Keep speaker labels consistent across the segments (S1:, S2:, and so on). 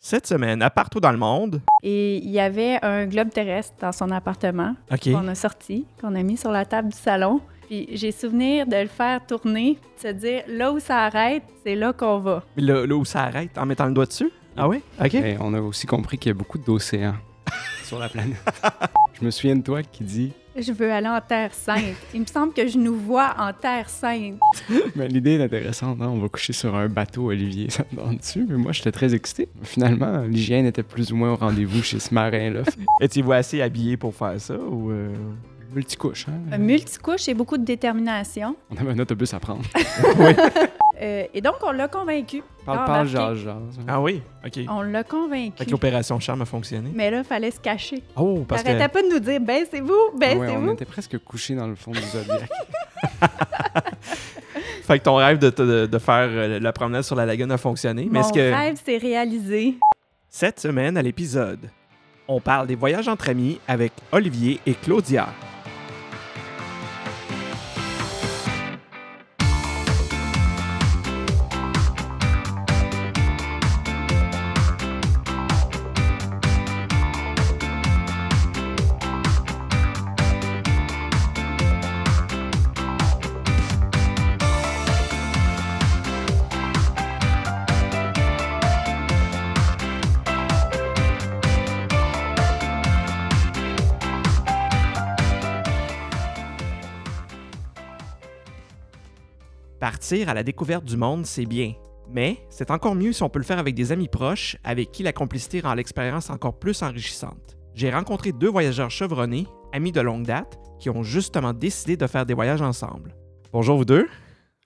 S1: Cette semaine, à partout dans le monde.
S2: Et il y avait un globe terrestre dans son appartement
S1: OK.
S2: qu'on a sorti, qu'on a mis sur la table du salon. Puis j'ai souvenir de le faire tourner, de se dire là où ça arrête, c'est là qu'on va.
S1: Là, là où ça arrête, en mettant le doigt dessus. Ah oui? OK.
S3: Et on a aussi compris qu'il y a beaucoup d'océans sur la planète. Je me souviens de toi qui dit
S2: Je veux aller en Terre Sainte. Il me semble que je nous vois en Terre Sainte.
S3: Mais ben, l'idée est intéressante, hein? on va coucher sur un bateau, Olivier, ça me donne dessus. Mais moi, j'étais très excité. Finalement, l'hygiène était plus ou moins au rendez-vous chez ce marin-là.
S1: Étiez-vous assez habillé pour faire ça ou... euh?
S3: Multicouche, hein?
S1: Mhm.
S2: Un multicouche et beaucoup de détermination.
S3: On avait un autobus à prendre.
S2: Euh, et donc, on l'a convaincu.
S3: Parle,
S2: Ah,
S3: parle,
S2: remarquez.
S3: jase, jase.
S1: Ah oui? OK.
S2: On l'a
S1: Fait
S2: convaincu.
S1: que l'opération charme a fonctionné.
S2: Mais là, fallait se cacher.
S1: Oh, parce que...
S2: T'arrêtais pas de nous dire ben, baissez-vous,
S3: Ah ouais, on
S2: baissez-vous.
S3: était presque couchés dans le fond du zodiac.
S1: Fait que ton rêve de, te- de- de faire euh, la promenade sur la lagune a fonctionné. mais
S2: Mon
S1: est-ce que
S2: rêve s'est réalisé.
S1: cette semaine à l'épisode, on parle des voyages entre amis avec Olivier et Claudia. Partir à la découverte du monde, c'est bien. Mais c'est encore mieux si on peut le faire avec des amis proches, avec qui la complicité rend l'expérience encore plus enrichissante. J'ai rencontré deux voyageurs chevronnés, amis de longue date, qui ont justement décidé de faire des voyages ensemble. Bonjour vous deux.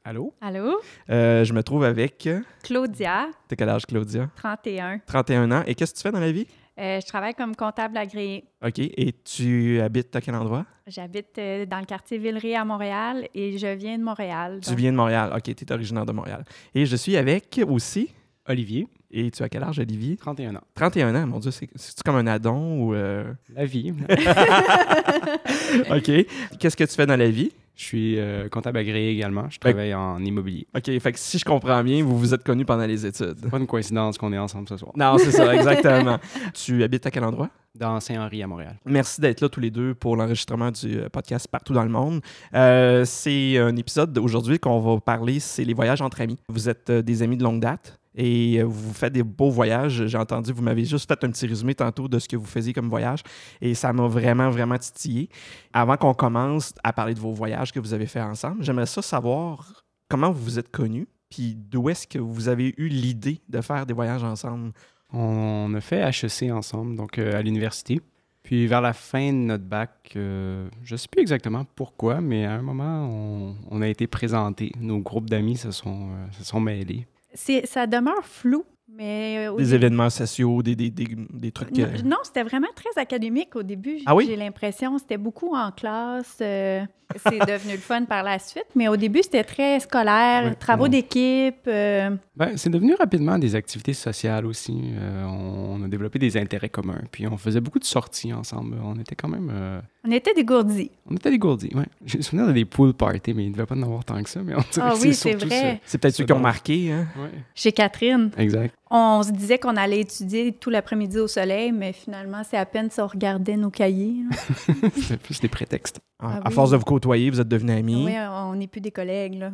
S1: Allô?
S2: Allô?
S1: je me trouve avec... euh,
S2: Claudia,
S1: T'as quel âge, Claudia?
S2: 31.
S1: 31 ans. Et qu'est-ce que tu fais dans la vie?
S2: Euh, je travaille comme comptable agréé.
S1: OK. Et tu habites à quel endroit?
S2: J'habite euh, dans le quartier Villeray à Montréal et je viens de Montréal.
S1: Tu
S2: donc-
S1: viens de Montréal. OK, tu es originaire de Montréal. Et je suis avec aussi.
S3: Olivier,
S1: Et tu as quel âge, Olivier?
S3: 31 ans.
S1: 31 ans, mon Dieu, c'est- c'est-tu comme un addon ou. euh,
S3: La vie.
S1: OK. Qu'est-ce que tu fais dans la vie?
S3: Je suis euh, comptable agréé également. Je travaille en immobilier.
S1: OK, fait que si je comprends bien, vous vous êtes connus pendant les études.
S3: Pas une coïncidence qu'on est ensemble ce soir.
S1: Non, c'est ça, exactement. tu habites à quel endroit?
S3: Dans Saint-Henri à Montréal.
S1: Merci d'être là tous les deux pour l'enregistrement du euh, podcast partout dans le monde. Euh, c'est un épisode aujourd'hui qu'on va parler, c'est les voyages entre amis. Vous êtes euh, des amis de longue date et euh, vous faites des beaux voyages. J'ai entendu, vous m'avez juste fait un petit résumé tantôt de ce que vous faisiez comme voyage et ça m'a vraiment, vraiment titillé. Avant qu'on commence à parler de vos voyages que vous avez fait ensemble, j'aimerais ça savoir comment vous vous êtes connus puis d'où est-ce que vous avez eu l'idée de faire des voyages ensemble.
S3: On a fait HEC ensemble, donc euh, à l'université. Puis vers la fin de notre bac, euh, je ne sais plus exactement pourquoi, mais à un moment, on, on a été présentés. Nos groupes d'amis se sont, euh, se sont mêlés.
S2: C'est- Ça demeure flou, mais. euh, au
S1: Des
S2: début-
S1: événements sociaux, des, des, des- des trucs... euh,
S2: Non, non, c'était vraiment très académique au début. j-
S1: Ah oui?
S2: J'ai l'impression c'était beaucoup en classe. euh, c'est devenu le fun par la suite, mais au début, c'était très scolaire,
S3: Ouais,
S2: travaux
S3: ouais.
S2: d'équipe. euh,
S3: Ben, c'est devenu rapidement des activités sociales aussi. Euh, on, on a développé des intérêts communs. Puis on faisait beaucoup de sorties ensemble. On était quand même... euh,
S2: on était dégourdis.
S3: on était dégourdis, ouais. J'ai le souvenir de des pool parties, mais il ne devait pas en avoir tant que ça. Mais on dirait
S2: Ah
S3: que
S2: oui, c'est
S3: surtout
S2: vrai.
S1: C'est peut-être
S3: Ça
S1: ceux qui ont
S3: donne-
S1: marqué, hein?
S3: ça. Ouais,
S2: Chez Catherine,
S3: exact.
S2: on se disait qu'on allait étudier tout l'après-midi au soleil, mais finalement, c'est à peine si on regardait nos cahiers. là.
S3: C'était plus des prétextes.
S1: À,
S2: Ah
S1: à
S2: oui.
S1: force de vous côtoyer, vous êtes devenus amis.
S2: Oui, hein. on n'est plus des collègues, là.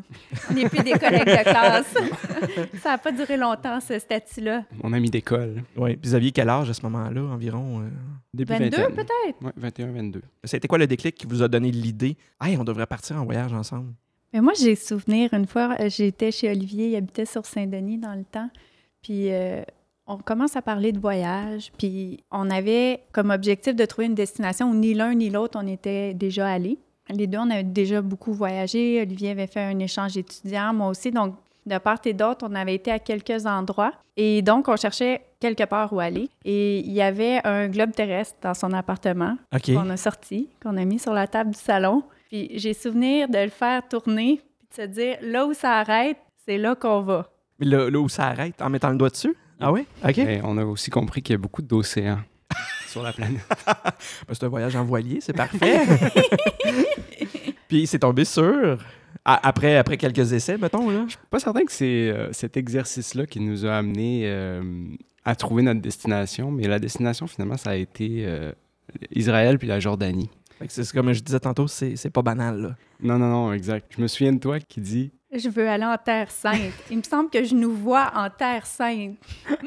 S2: On n'est plus des collègues de classe. Ça n'a pas duré longtemps, ce statut-là.
S3: Mon ami d'école.
S1: Ouais. Puis vous aviez quel âge à ce moment-là environ? euh?
S3: Début
S2: 22,
S3: vingtaine.
S2: peut-être?
S3: Ouais, 21, 22.
S1: C'était quoi le déclic qui vous a donné l'idée? Hey, on devrait partir en voyage ensemble.
S2: Mais moi, j'ai souvenir, une fois, euh, j'étais chez Olivier, il habitait sur Saint-Denis dans le temps, puis euh, on commence à parler de voyage, puis on avait comme objectif de trouver une destination où ni l'un ni l'autre, on était déjà allés. Les deux, on avait déjà beaucoup voyagé, Olivier avait fait un échange étudiant, moi aussi, donc de part et d'autre, on avait été à quelques endroits, et donc on cherchait quelque part où aller, et il y avait un globe terrestre dans son appartement,
S1: OK.
S2: qu'on a sorti, qu'on a mis sur la table du salon. Puis j'ai souvenir de le faire tourner, puis de se dire là où ça arrête, c'est là qu'on va.
S1: Mais Là, là où ça arrête, en mettant le doigt dessus? Ah oui? OK.
S3: Mais on a aussi compris qu'il y a beaucoup d'océans sur la planète.
S1: Ben, c'est un voyage en voilier, c'est parfait. Puis c'est tombé sur... à- après, après quelques essais, mettons, là.
S3: Pas certain que c'est euh, cet exercice-là qui nous a amené euh, à trouver notre destination. Mais la destination, finalement, ça a été euh, Israël puis la Jordanie.
S1: Fait que C'est comme je disais tantôt, c'est c'est pas banal. là.
S3: Non, non, non, exact. Je me souviens de toi qui dis
S2: Je veux aller en Terre Sainte. Il me semble que je nous vois en Terre Sainte.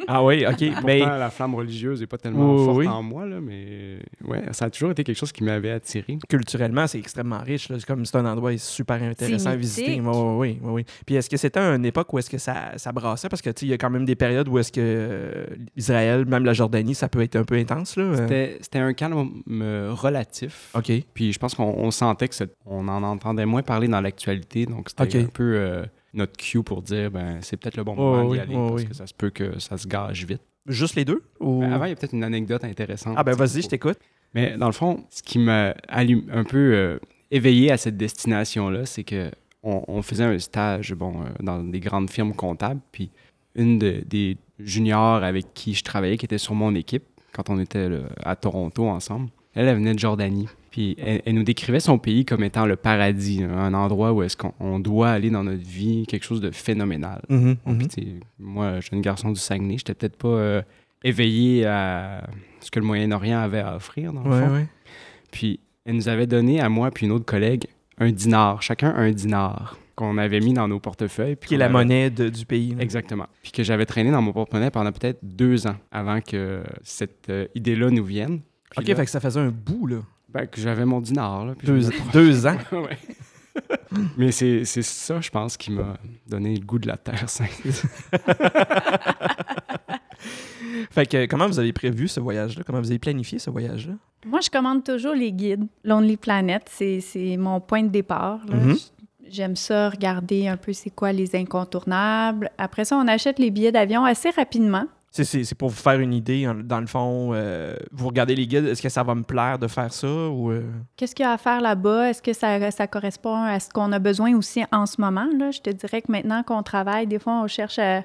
S1: Ah oui, OK. mais
S3: Pourtant, la flamme religieuse n'est pas tellement
S1: Oui,
S3: forte
S1: oui.
S3: en moi, là, mais ouais, ça a toujours été quelque chose qui m'avait attiré.
S1: culturellement, c'est extrêmement riche. là. C'est comme c'est un endroit super intéressant à visiter.
S2: mythique.
S1: Oui, oui, oui, oui. Puis est-ce que c'était une époque où est-ce que ça, ça brassait? Parce que tu sais, il y a quand même des périodes où est-ce que euh, Israël, même la Jordanie, ça peut être un peu intense. Là. Euh,
S3: C'était c'était un calme euh, relatif.
S1: OK.
S3: Puis je pense qu'on on sentait que c'est- on en entendait moins parler dans l'actualité, donc c'était
S1: Ok.
S3: un peu euh, notre cue pour dire ben c'est peut-être le bon
S1: Oh,
S3: moment d'y
S1: oui,
S3: aller
S1: oh,
S3: parce
S1: oui.
S3: que ça se peut que ça se gâche vite.
S1: Juste les deux? Ou...
S3: Ben, avant, il y a peut-être une anecdote intéressante.
S1: ah ben vas-y, je t'écoute.
S3: Mais dans le fond, ce qui m'a allum- un peu euh, éveillé à cette destination-là, c'est que on, on faisait un stage bon, euh, dans des grandes firmes comptables, puis une de- des juniors avec qui je travaillais, qui était sur mon équipe, quand on était là, à Toronto ensemble, elle, elle venait de Jordanie. Puis elle, elle nous décrivait son pays comme étant le paradis, hein, un endroit où est-ce qu'on on doit aller dans notre vie, quelque chose de phénoménal.
S1: Mhm,
S3: Bon,
S1: mhm.
S3: puis tu sais, moi, jeune garçon du Saguenay, j'étais peut-être pas euh, éveillé à ce que le Moyen-Orient avait à offrir, dans le
S1: Ouais,
S3: fond.
S1: ouais.
S3: Puis elle nous avait donné, à moi puis une autre collègue, un dinar, chacun un dinar qu'on avait mis dans nos portefeuilles. puis
S1: Qui est
S3: qu'on
S1: la
S3: avait-
S1: monnaie de- du pays. là.
S3: Exactement. Puis que j'avais traîné dans mon porte-monnaie pendant peut-être deux ans avant que cette euh, idée-là nous vienne. Puis
S1: OK,
S3: là,
S1: fait que ça faisait un bout, là.
S3: ben, que j'avais mon dinar. Là, puis je
S1: Deux,
S3: me-
S1: deux ans.
S3: Ouais. Mais c'est c'est ça, je pense, qui m'a donné le goût de la Terre Sainte.
S1: Fait que euh, comment vous avez prévu ce voyage-là? Comment vous avez planifié ce voyage-là?
S2: Moi, je commande toujours les guides. Lonely Planet, c'est c'est mon point de départ. là.
S1: Mhm.
S2: J- J'aime ça, regarder un peu c'est quoi les incontournables. Après ça, on achète les billets d'avion assez rapidement.
S1: C'est- C'est c'est pour vous faire une idée, en- dans le fond, euh, vous regardez les guides, est-ce que ça va me plaire de faire ça? Ou, euh,
S2: Qu'est-ce qu'il y a à faire là-bas? Est-ce que ça, ça correspond à ce qu'on a besoin aussi en ce moment? Là? Je te dirais que maintenant qu'on travaille, des fois, on cherche à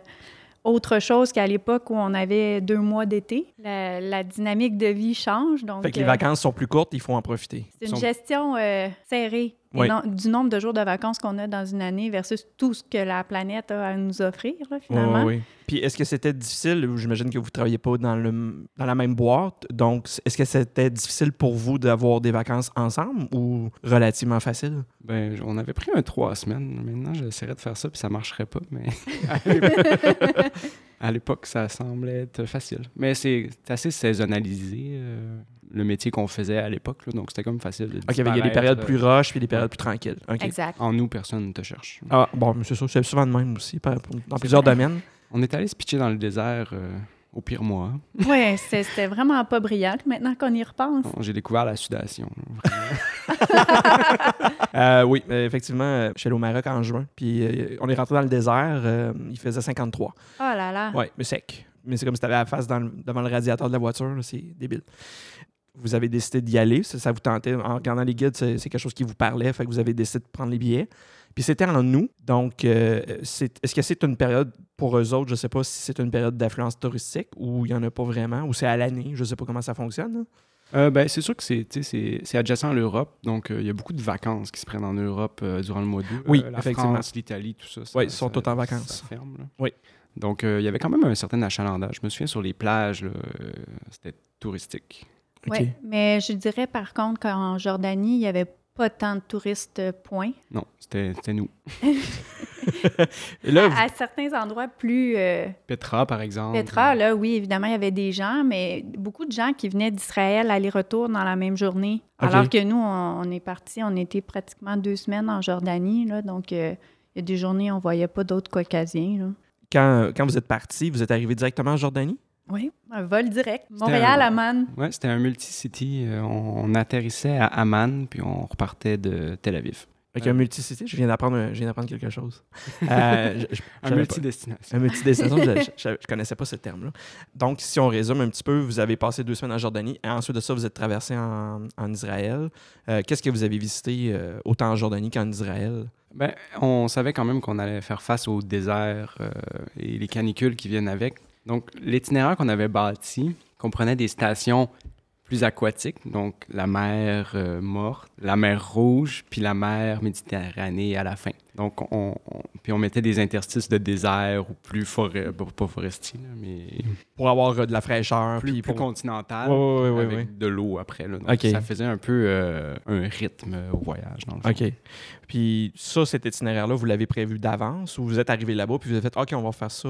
S2: autre chose qu'à l'époque où on avait deux mois d'été. La, la dynamique de vie change. Donc,
S1: Fait que les
S2: euh,
S1: vacances sont plus courtes, il faut en profiter.
S2: C'est une
S3: sont-
S2: gestion euh, serrée des
S1: Oui.
S2: no- du nombre de jours de vacances qu'on a dans une année versus tout ce que la planète a à nous offrir, là, finalement.
S1: Ouais, ouais, ouais. Puis est-ce que c'était difficile? J'imagine que vous ne travaillez pas dans, le, dans la même boîte. Donc, est-ce que c'était difficile pour vous d'avoir des vacances ensemble ou relativement facile?
S3: Ben, j- on avait pris un trois semaines. Maintenant, j'essaierais de faire ça, puis ça marcherait pas. Mais à l'époque, ça semblait être facile. Mais c'est c'est assez saisonnalisé, euh, le métier qu'on faisait à l'époque. là, Donc, c'était comme facile de
S1: OK, ben, il y a des
S3: disparaître,
S1: périodes
S3: euh,
S1: plus roches puis des périodes plus tranquilles. OK.
S2: Exact.
S3: En nous, personne ne te cherche.
S1: Ah, bon, mais c'est ça, c'est souvent de même aussi, par- pour- dans plusieurs domaines.
S3: On est allé se pitcher dans le désert euh, au pire mois.
S2: Oui, c'était vraiment pas brillant maintenant qu'on y repense.
S3: Bon, J'ai découvert la sudation.
S1: Euh, oui, euh, effectivement, euh, je suis allé au Maroc en juin, puis euh, on est rentré dans le désert, euh, il faisait 53.
S2: Oh là là.
S1: Oui, mais sec. Mais c'est comme si tu avais la face dans le- devant le radiateur de la voiture. là, C'est débile. Vous avez décidé d'y aller. Ça, ça vous tentait. En regardant les guides, c'est c'est quelque chose qui vous parlait. Fait que vous avez décidé de prendre les billets. Puis c'était en nous. Donc, euh, c'est- est-ce que c'est une période pour eux autres? Je sais pas si c'est une période d'affluence touristique ou il n'y en a pas vraiment ou c'est à l'année. Je sais pas comment ça fonctionne. là.
S3: Euh, ben, c'est sûr que c'est, tu sais, c'est c'est adjacent à l'Europe, donc euh, il y a beaucoup de vacances qui se prennent en Europe euh, durant le mois d'août.
S1: Oui,
S3: Euh, la
S1: effectivement.
S3: France, l'Italie, tout ça. ça-
S1: Oui, ils sont
S3: ça-
S1: tous en vacances.
S3: ça ferme, là.
S1: Oui.
S3: Donc euh, il y avait quand même un certain achalandage. Je me souviens sur les plages, là, euh, c'était touristique.
S1: OK.
S2: Ouais, mais je dirais par contre qu'en Jordanie, il n'y avait pas tant de touristes euh, point.
S3: Non, c'était c'était nous.
S1: Et là, Ah, vous-
S2: À, à certains endroits plus euh,
S3: Petra, par exemple.
S2: Petra, là, oui, évidemment, il y avait des gens, mais beaucoup de gens qui venaient d'Israël aller-retour dans la même journée.
S1: OK.
S2: Alors que nous, on, on est partis, on était pratiquement deux semaines en Jordanie, là, donc euh, il y a des journées, on voyait pas d'autres Caucasiens. là.
S1: quand, quand vous êtes parti, vous êtes arrivé directement en Jordanie?
S2: Oui, un vol direct.
S3: C'était
S2: Montréal,
S3: un-
S2: Amman.
S3: Ouais, c'était un multi-city. Euh, on, on atterrissait à Amman, puis on repartait de Tel Aviv.
S1: Avec
S3: Ouais.
S1: un multicité, je viens d'apprendre je viens d'apprendre quelque chose. Euh, je- je-
S3: Un
S1: j'avais pas-
S3: multi-destination.
S1: Un multidestination, je, je, je- je connaissais pas ce terme-là. Donc, si on résume un petit peu, vous avez passé deux semaines en Jordanie. Et ensuite de ça, vous êtes traversé en, en Israël. Euh, Qu'est-ce que vous avez visité euh, autant en Jordanie qu'en Israël?
S3: Ben, on savait quand même qu'on allait faire face au désert euh, et les canicules qui viennent avec. Donc, l'itinéraire qu'on avait bâti comprenait des stations plus aquatiques, donc la mer euh, morte, la mer rouge, puis la mer Méditerranée à la fin. Donc, on, on- puis on mettait des interstices de désert ou plus forêt, pas- pas forestier, là, mais
S1: Pour avoir euh, de la fraîcheur.
S3: plus,
S1: puis
S3: plus
S1: pour...
S3: continental,
S1: Ouais, ouais, ouais, ouais,
S3: avec
S1: ouais.
S3: de l'eau après. là. Donc,
S1: Ok.
S3: Ça faisait un peu euh, un rythme au voyage. Dans le fond.
S1: OK. Puis ça, cet itinéraire-là, vous l'avez prévu d'avance ou vous êtes arrivé là-bas puis vous avez fait OK, on va faire ça.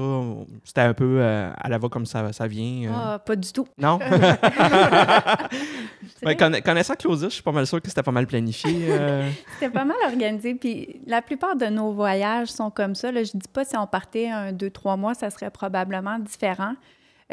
S1: C'était un peu euh, à la va comme ça, ça vient. euh.
S2: Ah, pas du tout.
S1: Non?
S2: Tu
S1: Ouais,
S2: sais,
S1: Ben, conna- connaissant Claudia, je suis pas mal sûr que c'était pas mal planifié. euh.
S2: C'était pas mal organisé. Puis la plupart de nos voyages sont comme ça. Là, je dis pas si on partait un, deux, trois mois, ça serait probablement différent.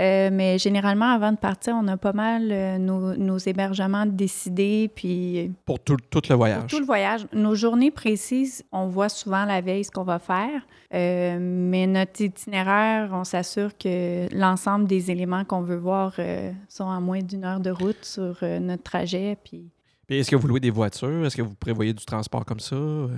S2: Euh, mais généralement, avant de partir, on a pas mal euh, nos, nos hébergements décidés. Puis euh,
S1: pour tout, tout le
S2: Pour
S1: voyage.
S2: tout le voyage, nos journées précises, on voit souvent la veille ce qu'on va faire, euh, mais notre itinéraire, on s'assure que l'ensemble des éléments qu'on veut voir euh, sont à moins d'une heure de route sur euh, notre trajet. Puis
S1: Puis est-ce que vous louez des voitures? Est-ce que vous prévoyez du transport comme ça? Euh,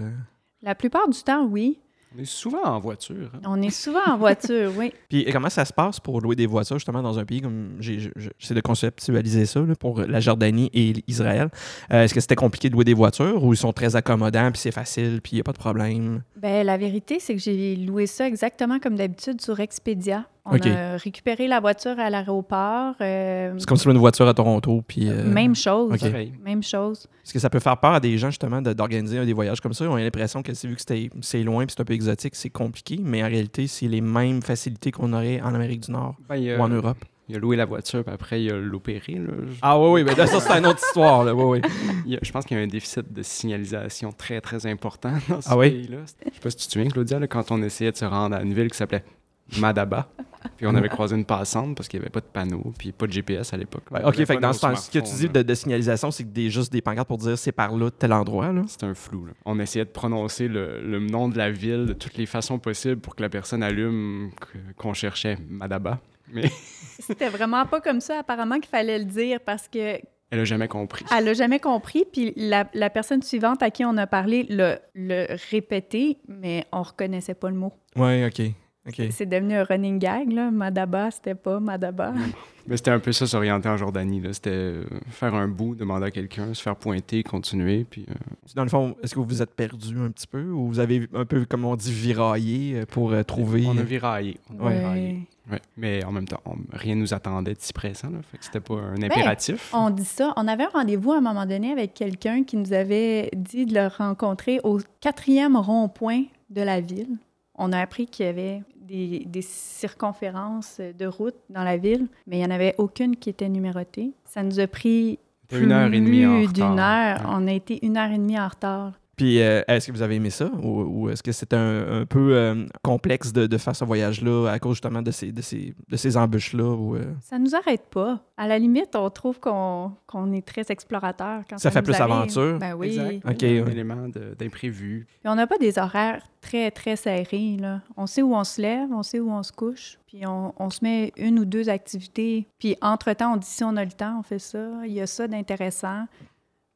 S2: la plupart du temps, oui,
S3: On est souvent en voiture. hein.
S2: on est souvent en voiture, oui.
S1: Puis et comment ça se passe pour louer des voitures justement dans un pays comme. j'ai- j'ai- J'essaie de conceptualiser ça là, pour la Jordanie et l'Israël. Euh, est-ce que c'était compliqué de louer des voitures ou ils sont très accommodants puis c'est facile puis il n'y a pas de problème?
S2: Ben, la vérité, c'est que j'ai loué ça exactement comme d'habitude sur Expedia. On
S1: OK.
S2: a récupéré la voiture à l'aéroport. euh,
S1: C'est comme si tu louais une voiture à Toronto puis. euh,
S2: Même chose.
S1: OK.
S3: Pareil.
S2: Même chose.
S1: Parce que ça peut faire peur à des gens, justement, de- d'organiser des voyages comme ça. Ils ont l'impression que c'est vu que c'était- c'est loin et c'est un peu exotique, c'est compliqué. Mais en réalité, c'est les mêmes facilités qu'on aurait en Amérique du Nord
S3: Ben, il, a,
S1: ou en Europe.
S3: il a loué la voiture, puis après, il a l'opéré. là.
S1: Ah oui, oui, mais là, ça, c'est une autre histoire. Là. Oui, oui.
S3: Il y a- je pense qu'il y a un déficit de signalisation très, très important dans ce
S1: Ah oui?
S3: pays-là. Je sais pas si tu te souviens, Claudia, là, quand on essayait de se rendre à une ville qui s'appelait Madaba, puis on avait croisé une passante parce qu'il n'y avait pas de panneau, puis pas de GPS à l'époque.
S1: Ouais,
S3: On
S1: OK,
S3: avait
S1: fait
S3: pas
S1: que dans
S3: nos
S1: ce sens, ce que tu
S3: smartphones,
S1: dis de,
S3: là.
S1: de signalisation, c'est que des, juste des pancartes pour dire c'est par là, tel endroit. Là.
S3: C'est un flou. là. On essayait de prononcer le, le nom de la ville de toutes les façons possibles pour que la personne allume que- qu'on cherchait Madaba.
S2: C'était vraiment pas comme ça, apparemment, qu'il fallait le dire parce que
S3: Elle n'a jamais compris.
S2: Elle n'a jamais compris, puis la, la personne suivante à qui on a parlé le, le répétait, mais on reconnaissait pas le mot.
S1: Oui, OK. OK.
S2: C'est devenu un running gag, là. Madaba, c'était pas Madaba.
S3: Mais c'était un peu ça s'orienter en Jordanie. là. C'était euh, faire un bout, demander à quelqu'un, se faire pointer, continuer. Puis, euh,
S1: Dans le fond, est-ce que vous vous êtes perdu un petit peu ou vous avez un peu, comme on dit, viraillé euh, pour euh, trouver.
S3: On a viraillé. On a
S1: Ouais.
S3: viraillé. Ouais. Mais en même temps, on- rien nous attendait de si pressant. Là. Fait que c'était pas un impératif.
S2: Ben, On dit ça. On avait un rendez-vous à un moment donné avec quelqu'un qui nous avait dit de le rencontrer au quatrième rond-point de la ville. On a appris qu'il y avait des, des circonférences de route dans la ville, mais il n'y en avait aucune qui était numérotée. Ça nous a pris
S3: C'était une heure et demie en
S2: Plus d'une
S3: retard.
S2: heure.
S3: Ouais.
S2: On a été une heure et demie en retard.
S1: Puis euh, est-ce que vous avez aimé ça ou, ou est-ce que c'est un, un peu euh, complexe de, de faire ce voyage-là à cause justement de ces, de ces, de ces embûches-là? ou, euh,
S2: Ça nous arrête pas. À la limite, on trouve qu'on qu'on est très explorateur. Quand
S1: Ça
S2: ça,
S1: fait plus
S2: nous arrive.
S1: aventure.
S2: Ben oui.
S3: Exact.
S1: Ok,
S3: Un
S1: ouais.
S3: élément de- d'imprévu.
S2: Puis on n'a pas des horaires très, très serrés. Là. On sait où on se lève, on sait où on se couche, puis on, on se met une ou deux activités. Puis entre-temps, on dit si on a le temps, on fait ça, il y a ça d'intéressant.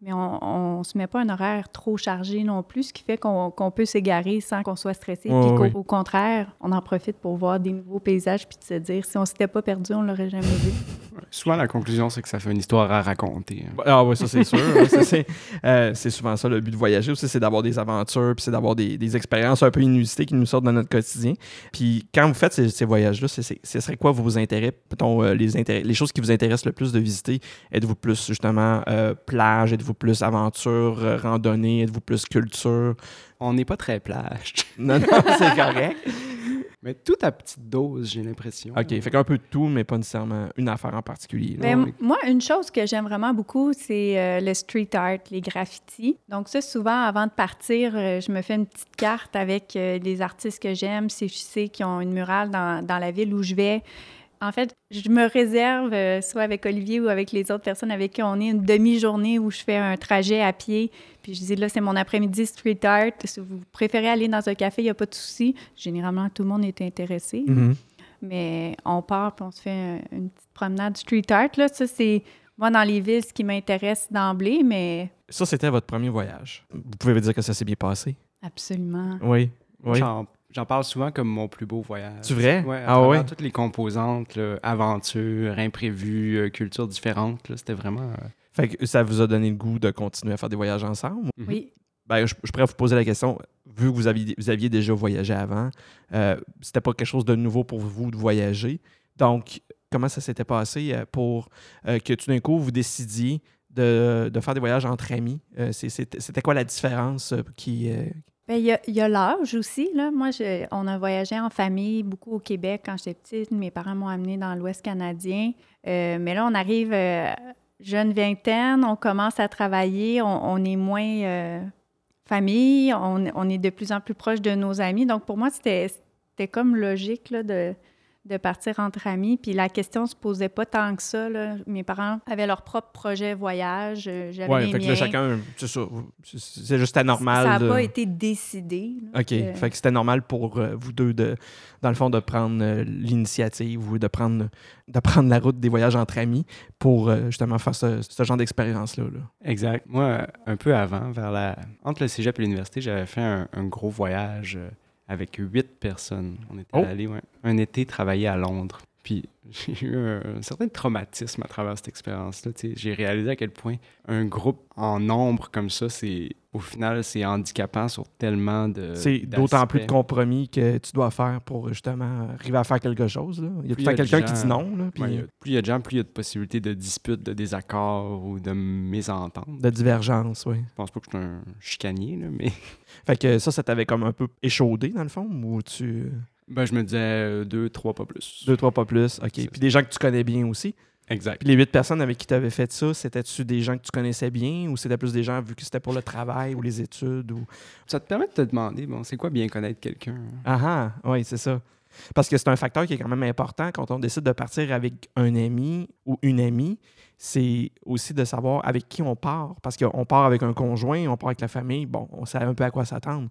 S2: Mais on ne se met pas un horaire trop chargé non plus, ce qui fait qu'on qu'on peut s'égarer sans qu'on soit stressé.
S1: Ouais,
S2: puis qu'au
S1: ouais.
S2: au contraire, on en profite pour voir des nouveaux paysages puis de se dire si on s'était pas perdu, on l'aurait jamais vu.
S3: Ouais. Souvent, la conclusion, c'est que ça fait une histoire à raconter. hein.
S1: Ah oui, ça c'est sûr. hein. Ça, c'est, euh, c'est souvent ça le but de voyager aussi, c'est d'avoir des aventures, puis c'est d'avoir des, des expériences un peu inusitées qui nous sortent de notre quotidien. Puis quand vous faites ces, ces voyages-là, c'est, c'est- ce serait quoi vos intérêts, mettons, euh, les, intérêts, les choses qui vous intéressent le plus de visiter? Êtes-vous plus justement euh, plage, êtes-vous plus aventure, euh, randonnée, êtes-vous plus culture?
S3: On n'est pas très plage.
S1: Non, non, c'est correct.
S3: Mais tout à petite dose, j'ai l'impression.
S1: OK, fait qu'un peu de tout, mais pas nécessairement une affaire en particulier. là.
S2: Ben,
S3: Ouais.
S2: Moi, une chose que j'aime vraiment beaucoup, c'est euh, le street art, les graffitis. Donc ça, souvent, avant de partir, euh, je me fais une petite carte avec euh, les artistes que j'aime, si je sais qu'ils ont une murale dans, dans la ville où je vais. En fait, je me réserve, euh, soit avec Olivier ou avec les autres personnes avec qui on est, une demi-journée où je fais un trajet à pied. Puis je dis, là, c'est mon après-midi street art. Si vous préférez aller dans un café, il n'y a pas de souci. Généralement, tout le monde est intéressé.
S1: Mhm.
S2: Mais on part puis on se fait un- une petite promenade street art. Là. Ça, c'est moi dans les villes ce qui m'intéresse d'emblée, mais
S1: Ça, c'était votre premier voyage. Vous pouvez me dire que ça s'est bien passé?
S2: absolument.
S1: Oui. Oui.
S3: J'en j'en parle souvent comme mon plus beau voyage.
S1: C'est vrai?
S3: Ouais, à
S1: Ah
S3: travers
S1: ouais?
S3: toutes les composantes, là, aventure, imprévu, euh, culture différente, là, c'était vraiment... euh,
S1: Fait que ça vous a donné le goût de continuer à faire des voyages ensemble?
S3: Mhm.
S2: Oui.
S1: ben, je, je pourrais vous poser la question, vu que vous aviez, vous aviez déjà voyagé avant, euh, c'était pas quelque chose de nouveau pour vous de voyager. Donc, comment ça s'était passé euh, pour euh, que tout d'un coup, vous décidiez de, de faire des voyages entre amis? Euh, c'est- c'est- C'était quoi la différence euh, qui... euh,
S2: Ben, Il y a- il y a, l'âge aussi. Là. Moi, je- on a voyagé en famille beaucoup au Québec quand j'étais petite. Mes parents m'ont amené dans l'Ouest canadien. Euh, mais là, on arrive euh, jeune vingtaine, on commence à travailler, on, on est moins euh, famille, on, on est de plus en plus proche de nos amis. Donc, pour moi, c'était c'était comme logique là, de, de partir entre amis. Puis la question se posait pas tant que ça. là. Mes parents avaient leur propre projet voyage. euh, J'avais
S1: ouais,
S2: les
S1: fait que là,
S2: miens.
S1: chacun, c'est ça, c'est- c'est juste anormal.
S2: Ça n'a
S1: de-
S2: pas été décidé. là.
S1: OK,
S2: Euh,
S1: fait que c'était normal pour euh, vous deux, de, dans le fond, de prendre euh, l'initiative ou de prendre, de prendre la route des voyages entre amis pour euh, justement faire ce, ce genre d'expérience-là. là.
S3: Exact. Moi, euh, un peu avant, vers la... entre le cégep et l'université, j'avais fait un, un gros voyage euh, avec huit personnes. On était
S1: Oh!
S3: allés ouais, un été travailler à Londres. Puis j'ai eu un, un certain traumatisme à travers cette expérience-là. tu sais. J'ai réalisé à quel point un groupe en nombre comme ça, c'est au final, c'est handicapant sur tellement de.
S1: C'est d'autant plus de
S3: d'aspects.
S1: compromis que tu dois faire pour justement arriver à faire quelque chose. là. Il y a tout le
S3: Puis
S1: temps
S3: il y a
S1: quelqu'un
S3: des
S1: qui
S3: gens-
S1: dit non, là, puis
S3: Ouais, il y a- euh, plus il y a de gens, plus il y a de possibilités de disputes, de désaccords ou de mésententes.
S1: de divergence, oui.
S3: Je pense pas que je suis un chicanier, là, mais
S1: Fait que ça, ça t'avait comme un peu échaudé, dans le fond, ou tu...
S3: ben, je me disais euh, deux, trois, pas plus.
S1: Deux, trois, pas plus, OK.
S3: C'est
S1: Puis des gens que tu connais bien aussi.
S3: Exact.
S1: Puis les huit personnes avec qui tu avais fait ça, c'était-tu des gens que tu connaissais bien ou c'était plus des gens vu que c'était pour le travail ou les études ou...
S3: Ça te permet de te demander, bon, c'est quoi bien connaître quelqu'un? hein?
S1: Ah ah, oui, c'est ça. Parce que c'est un facteur qui est quand même important quand on décide de partir avec un ami ou une amie, c'est aussi de savoir avec qui on part. Parce qu'on part avec un conjoint, on part avec la famille, bon, on sait un peu à quoi s'attendre.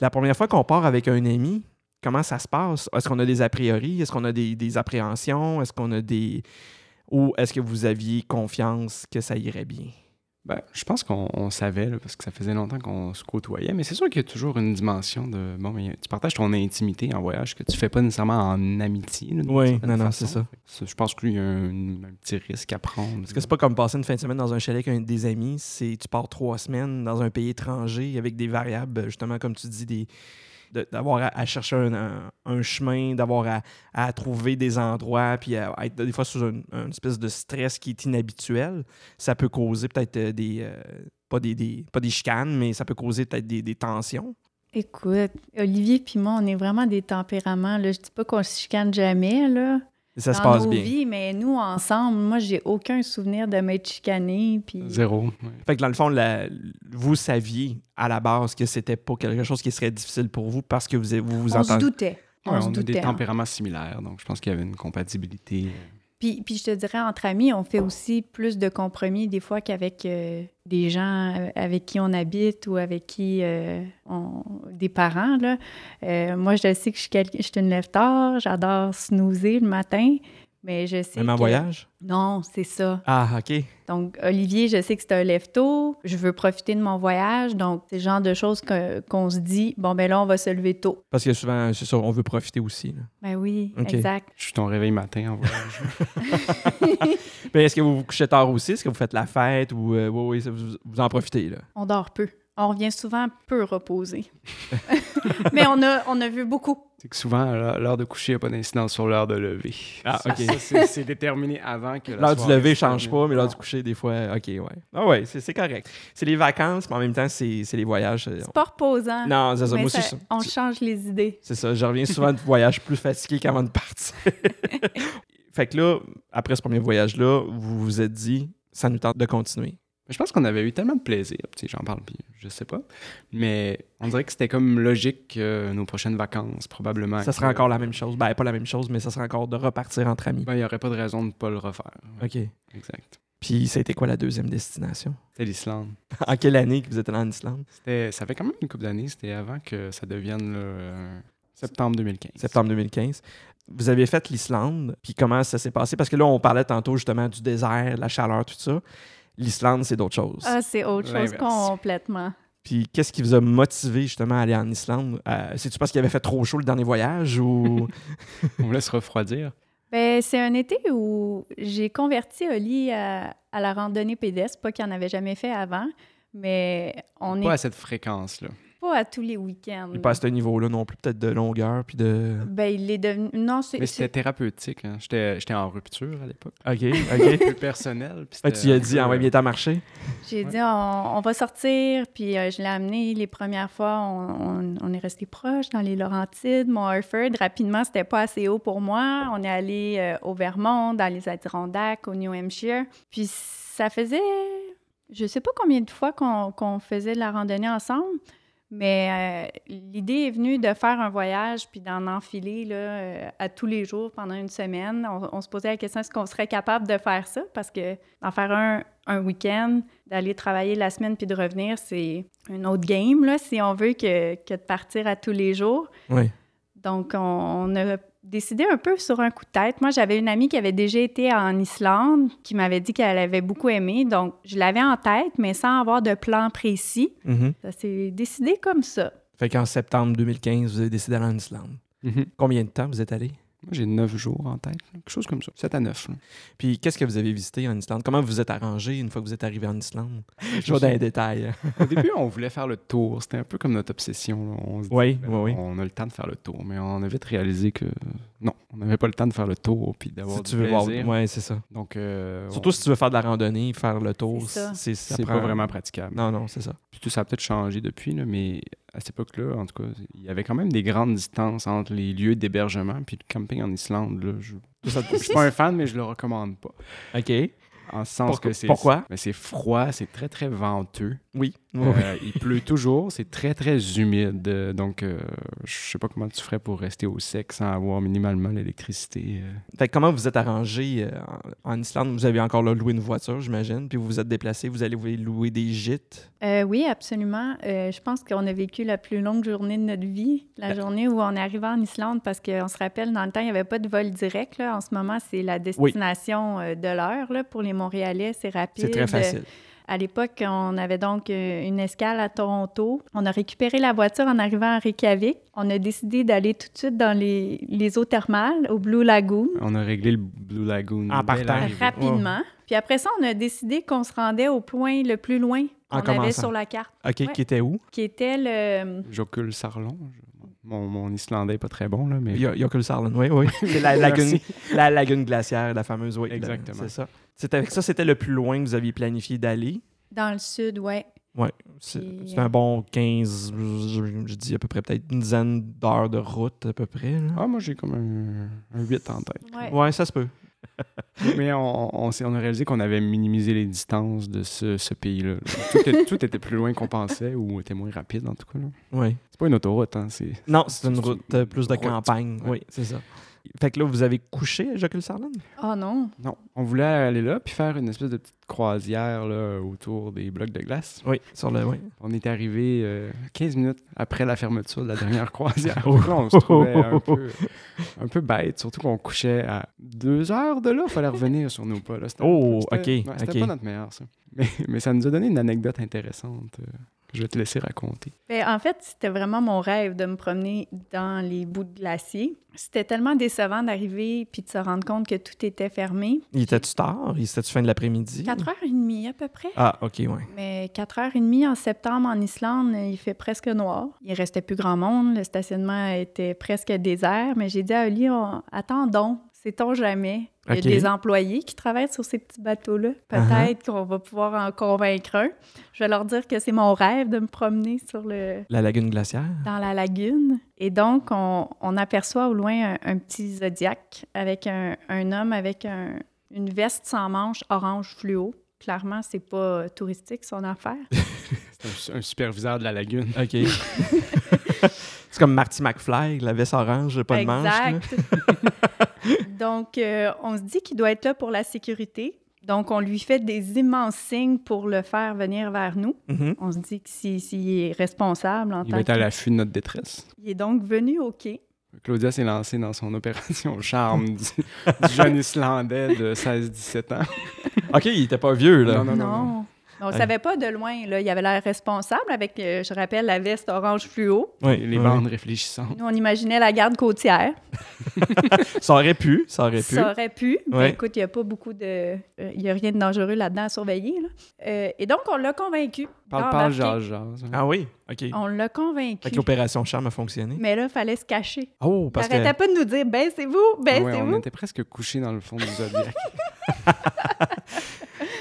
S1: La première fois qu'on part avec un ami, comment ça se passe? Est-ce qu'on a des a priori? Est-ce qu'on a des, des appréhensions? Est-ce qu'on a des... Ou est-ce que vous aviez confiance que ça irait bien?
S3: Ben, je pense qu'on on savait, là, parce que ça faisait longtemps qu'on se côtoyait, mais c'est sûr qu'il y a toujours une dimension de, bon, mais tu partages ton intimité en voyage que tu fais pas nécessairement en amitié. là, d'une
S1: Oui,
S3: certaine
S1: non, non,
S3: façon.
S1: c'est ça.
S3: C'est- Je pense qu'il y a un, un petit risque à prendre.
S1: Parce que c'est pas comme passer une fin de semaine dans un chalet avec un- des amis, c'est tu pars trois semaines dans un pays étranger avec des variables, justement, comme tu dis, des de- d'avoir à, à chercher un, un- un chemin, d'avoir à, à trouver des endroits, puis à, à être des fois sous une, une espèce de stress qui est inhabituel. Ça peut causer peut-être euh, des, euh, pas des, des- pas des chicanes, mais ça peut causer peut-être des, des tensions.
S2: Écoute, Olivier puis moi, on est vraiment des tempéraments. Là. Je dis pas qu'on se chicane jamais, là.
S1: Et ça se
S2: dans
S1: passe
S2: nos
S1: bien.
S2: vies, mais nous, ensemble, moi, j'ai aucun souvenir de m'être chicanée. Puis...
S3: Zéro. ouais.
S1: Fait que dans le fond, la- vous saviez à la base que c'était pas quelque chose qui serait difficile pour vous parce que vous vous, vous
S2: on se
S1: entendez.
S2: doutait. On
S3: Ouais,
S2: se
S3: on a
S2: doutait.
S3: des
S2: hein.
S3: tempéraments similaires, donc je pense qu'il y avait une compatibilité.
S2: Puis, puis je te dirais, entre amis, on fait aussi plus de compromis des fois qu'avec euh, des gens euh, avec qui on habite ou avec qui euh, on- des parents. Là. Euh, moi, je sais que je suis, quelqu'un- je suis une lève tard, j'adore snoozer le matin, mais je sais.
S1: Même en
S2: que-
S1: voyage?
S2: Non, c'est ça.
S1: Ah, OK.
S2: Donc, Olivier, je sais que c'est un lève-tôt. Je veux profiter de mon voyage. Donc, c'est le genre de choses que- qu'on se dit, bon, ben là, on va se lever tôt.
S1: Parce que souvent, c'est ça, on veut profiter aussi. là.
S2: Ben oui,
S1: OK.
S2: exact.
S3: Je suis ton réveil matin en voyage.
S1: Mais est-ce que vous vous couchez tard aussi? Est-ce que vous faites la fête ou euh, oui, oui, ça, vous, vous en profitez? Là?
S2: On dort peu. On revient souvent peu reposé. Mais on a, on a vu beaucoup.
S3: c'est que souvent, euh, l'heure l'heure de coucher n'a pas d'incidence sur l'heure de lever.
S1: Ah,
S3: Ça,
S1: ok.
S3: ça, c'est- c'est déterminé avant que la
S1: L'heure du
S3: soirée
S1: lever
S3: se
S1: change
S3: termine.
S1: pas, mais l'heure du
S3: Non.
S1: coucher, des fois, OK, ouais. Ah ouais, c'est c'est correct. C'est les vacances, mais en même temps, c'est c'est les voyages. euh,
S2: C'est pas reposant.
S1: on- Non, c'est ça.
S2: Mais
S1: Moi aussi,
S2: ça-
S1: c'est-
S2: on change les idées.
S1: c'est ça. Je reviens souvent de voyages plus fatigués qu'avant de partir. fait que là, après ce premier voyage-là, vous vous êtes dit, ça nous tente de continuer.
S3: Mais Je pense qu'on avait eu tellement de plaisir, tu sais, j'en parle, puis je sais pas. Mais on dirait que c'était comme logique que nos prochaines vacances, probablement.
S1: Ça
S3: que-
S1: sera encore la même chose. Ben, pas la même chose, mais ça sera encore de repartir entre amis.
S3: Ben, il n'y aurait pas de raison de ne pas le refaire.
S1: OK.
S3: Exact.
S1: Puis, ça a été quoi la deuxième destination?
S3: C'était l'Islande.
S1: en quelle année que vous êtes allé en Islande?
S3: C'était- Ça fait quand même une couple d'années, c'était avant que ça devienne là, euh, septembre 2015.
S1: septembre 2015. Vous avez fait l'Islande, puis comment ça s'est passé? Parce que là, on parlait tantôt justement du désert, la chaleur, tout ça. L'Islande, c'est d'autres choses.
S2: Ah, c'est autre chose
S3: L'inverse.
S2: complètement.
S1: Puis qu'est-ce qui vous a motivé justement à aller en Islande? Euh, C'est-tu parce qu'il avait fait trop chaud le dernier voyage ou.
S3: On voulait se refroidir.
S2: Ben, c'est un été où j'ai converti Oli à, à la randonnée pédestre, pas qu'il n'en avait jamais fait avant, Mais on n'est
S3: Pas à cette fréquence-là.
S2: pas à tous les week-ends.
S1: Il n'est pas à ce niveau-là non plus, peut-être de longueur, puis de...
S2: Ben, il est devenu. Non, c'est.
S3: Mais
S2: c'est-
S3: c'était thérapeutique. hein. J'étais j'étais en rupture à l'époque.
S1: OK, OK.
S3: Plus personnel. puis
S1: Ah,
S3: c'était
S1: tu lui as
S3: un
S1: dit,
S3: peu,
S1: ah ouais,
S3: euh,
S1: bien t'as marché.
S2: J'ai
S3: Ouais.
S2: dit, on, on va sortir. Puis euh, je l'ai amené les premières fois. On, on- on est resté proche dans les Laurentides, Mont Harford. Rapidement, c'était pas assez haut pour moi. On est allé euh, au Vermont, dans les Adirondacks, au New Hampshire. Puis ça faisait, je sais pas combien de fois qu'on qu'on faisait de la randonnée ensemble. Mais euh, l'idée est venue de faire un voyage puis d'en enfiler là, euh, à tous les jours pendant une semaine. On, on se posait la question est-ce qu'on serait capable de faire ça Parce que d'en faire un, un week-end, d'aller travailler la semaine puis de revenir, c'est une autre game là, si on veut que, que de partir à tous les jours.
S1: Oui.
S2: Donc, on, on a décidé un peu sur un coup de tête. Moi, j'avais une amie qui avait déjà été en Islande, qui m'avait dit qu'elle avait beaucoup aimé. Donc, je l'avais en tête, mais sans avoir de plan précis.
S1: Mhm.
S2: Ça s'est décidé comme ça.
S1: Fait qu'en septembre 2015, vous avez décidé d'aller en Islande.
S3: mhm.
S1: Combien de temps vous êtes allé?
S3: Moi, j'ai 9 jours en tête. là. Quelque chose comme ça. 7 à 9.
S1: Puis qu'est-ce que vous avez visité en Islande? Comment vous vous êtes arrangé une fois que vous êtes arrivé en Islande? Je
S3: vois
S1: vois dans les détails.
S3: Au début, on voulait faire le tour. C'était un peu comme notre obsession. là. On se dit,
S1: Oui,
S3: ben,
S1: oui, oui.
S3: on a le temps de faire le tour. Mais on a vite réalisé que non, on n'avait pas le temps de faire le tour puis d'avoir
S1: Si
S3: du
S1: tu veux voir.
S3: plaisir.
S1: Oui, c'est ça.
S3: Donc, euh,
S1: Surtout
S3: on-
S1: si tu veux faire de la randonnée, faire le tour,
S2: C'est ça.
S1: c'est ça
S3: c'est
S1: prend-
S3: pas vraiment praticable.
S1: Non, non, c'est ça.
S3: Puis tout ça a peut-être changé depuis, là, mais à cette époque-là, en tout cas, il y avait quand même des grandes distances entre les lieux d'hébergement puis le camping en Islande. là. Je ne suis pas un fan, mais je le recommande pas.
S1: OK.
S3: En ce sens
S1: Pourquoi-
S3: que c'est.
S1: pourquoi?
S3: Mais c'est froid, c'est très, très venteux.
S1: Oui. oui, oui.
S3: Euh, il pleut toujours, c'est très, très humide. Euh, Donc, euh, je sais pas comment tu ferais pour rester au sec sans avoir minimalement l'électricité. euh.
S1: Fait que comment vous vous êtes arrangé euh, en en Islande? Vous avez encore là, loué une voiture, j'imagine, puis vous vous êtes déplacé, vous allez vous louer des gîtes.
S2: Euh, oui, absolument. Euh, je pense qu'on a vécu la plus longue journée de notre vie,
S1: Ben,
S2: la journée où on est arrivé en Islande, parce qu'on se rappelle, dans le temps, il n'y avait pas de vol direct. là. En ce moment, c'est la destination euh, de l'heure. là. Pour les Montréalais, c'est rapide. Euh,
S1: C'est très facile.
S2: À l'époque, on avait donc euh, une escale à Toronto. On a récupéré la voiture en arrivant à Reykjavik. On a décidé d'aller tout de suite dans les, les eaux thermales, au Blue Lagoon.
S1: Ah,
S3: On a réglé le Blue Lagoon.
S1: En
S3: dès
S1: partant.
S3: l'arrivée.
S2: rapidement.
S1: Oh.
S2: Puis après ça, on a décidé qu'on se rendait au point le plus loin
S1: En
S2: qu'on avait
S1: commençant.
S2: sur la carte,
S1: OK,
S2: Ouais.
S1: qui était où?
S2: qui était le...
S3: Jokul Sarlon. je- Mon, mon islandais est pas très bon, là, mais.
S1: Jokulsarlen, oui, oui. C'est la lagune,
S3: Merci.
S1: la lagune glaciaire, la fameuse, oui.
S3: Exactement.
S1: C'est ça. C'est avec ça, c'était le plus loin que vous aviez planifié d'aller.
S2: Dans le sud, ouais.
S1: C'est
S2: Puis,
S1: c'est un bon 15, je je dis à peu près peut-être une dizaine d'heures de route à peu près. là.
S3: Ah, moi, j'ai comme un, un 8 en tête.
S2: Ah, ouais.
S1: Ouais, ça se peut.
S3: Mais on, on, s'est- on a réalisé qu'on avait minimisé les distances de ce, ce pays-là. Tout, est- tout était plus loin qu'on pensait ou était moins rapide, en tout cas. là.
S1: Ouais.
S3: C'est pas une autoroute, hein, c'est
S1: Non, c'est une
S3: C'est
S1: route
S3: une
S1: euh, plus de
S3: route.
S1: campagne.
S3: Ouais.
S1: Oui, c'est ça. Fait que là, vous avez couché à Jokulsarlen?
S2: Oh non.
S3: Non, on voulait aller là puis faire une espèce de petite croisière là, autour des blocs de glace.
S1: Oui, sur le. Oui.
S3: On est arrivé euh, 15 minutes après la fermeture de la dernière croisière.
S1: Oh.
S3: Là, on se trouvait un peu, un peu bête, surtout qu'on couchait à deux heures de là. Il fallait revenir sur nos pas. là. C'était un
S1: Oh,
S3: peu- c'était-
S1: ok,
S3: ouais, C'était
S1: ok.
S3: pas notre meilleur, ça. Mais, mais ça nous a donné une anecdote intéressante euh, que je vais te laisser raconter.
S2: Ben, en fait, c'était vraiment mon rêve de me promener dans les bouts de glacier. C'était tellement décevant d'arriver puis de se rendre compte que tout était fermé.
S1: Il était-tu tard? Il était-tu fin de l'après-midi?
S2: 4h30 à peu près.
S1: Ah, OK, ouais.
S2: Mais 4h30 en septembre en Islande, il fait presque noir. Il restait plus grand monde. Le stationnement était presque désert. Mais j'ai dit à Oli, on- attendons, sait-on jamais. Il y a
S1: OK.
S2: des employés qui travaillent sur ces petits bateaux-là. Peut-être qu'on va pouvoir en convaincre un. Je vais leur dire que c'est mon rêve de me promener sur le,
S1: La lagune glaciaire?
S2: dans la lagune. Et donc, on, on aperçoit au loin un, un petit zodiaque avec un, un homme avec un- une veste sans manches orange fluo. Clairement, c'est pas touristique son affaire.
S3: C'était un, un superviseur de la lagune.
S1: OK. c'est comme Marty McFly, la veste orange, pas de manche. là.
S2: Exact. Donc, euh, on se dit qu'il doit être là pour la sécurité. Donc, on lui fait des immenses signes pour le faire venir vers nous.
S1: Mhm.
S2: On se dit que si- s'il est responsable en
S3: Il va
S2: tant
S3: être à
S2: que...
S3: l'affût de notre détresse.
S2: Il est donc venu au quai.
S3: Claudia s'est lancée dans son opération charme du, du jeune Islandais de 16-17 ans.
S1: OK, il était pas vieux, là.
S3: Non, non, non,
S2: Non. On ne savait pas de loin. Là. Il avait l'air responsable avec, euh, je rappelle, la veste orange fluo.
S1: Oui,
S3: Les bandes réfléchissantes.
S2: Nous, on imaginait la garde côtière.
S1: Ça aurait pu, ça aurait pu.
S2: Ça aurait pu. mais
S1: Ouais.
S2: écoute, il n'y a pas beaucoup de. euh, Il n'y a rien de dangereux là-dedans à surveiller. là. Euh, et donc, on l'a convaincu.
S3: Parle,
S2: Là,
S3: parle, hein.
S2: embarqué.
S3: jase, jase.
S1: Ah oui, OK.
S2: On l'a convaincu.
S1: Fait que l'opération charme a fonctionné.
S2: Mais là, il fallait se cacher.
S1: Oh, parce que...
S2: T'arrêtais pas de nous dire, ben c'est vous, ben
S3: Ouais,
S2: c'est
S3: on
S2: vous.
S3: était presque couchés dans le fond du zodiac.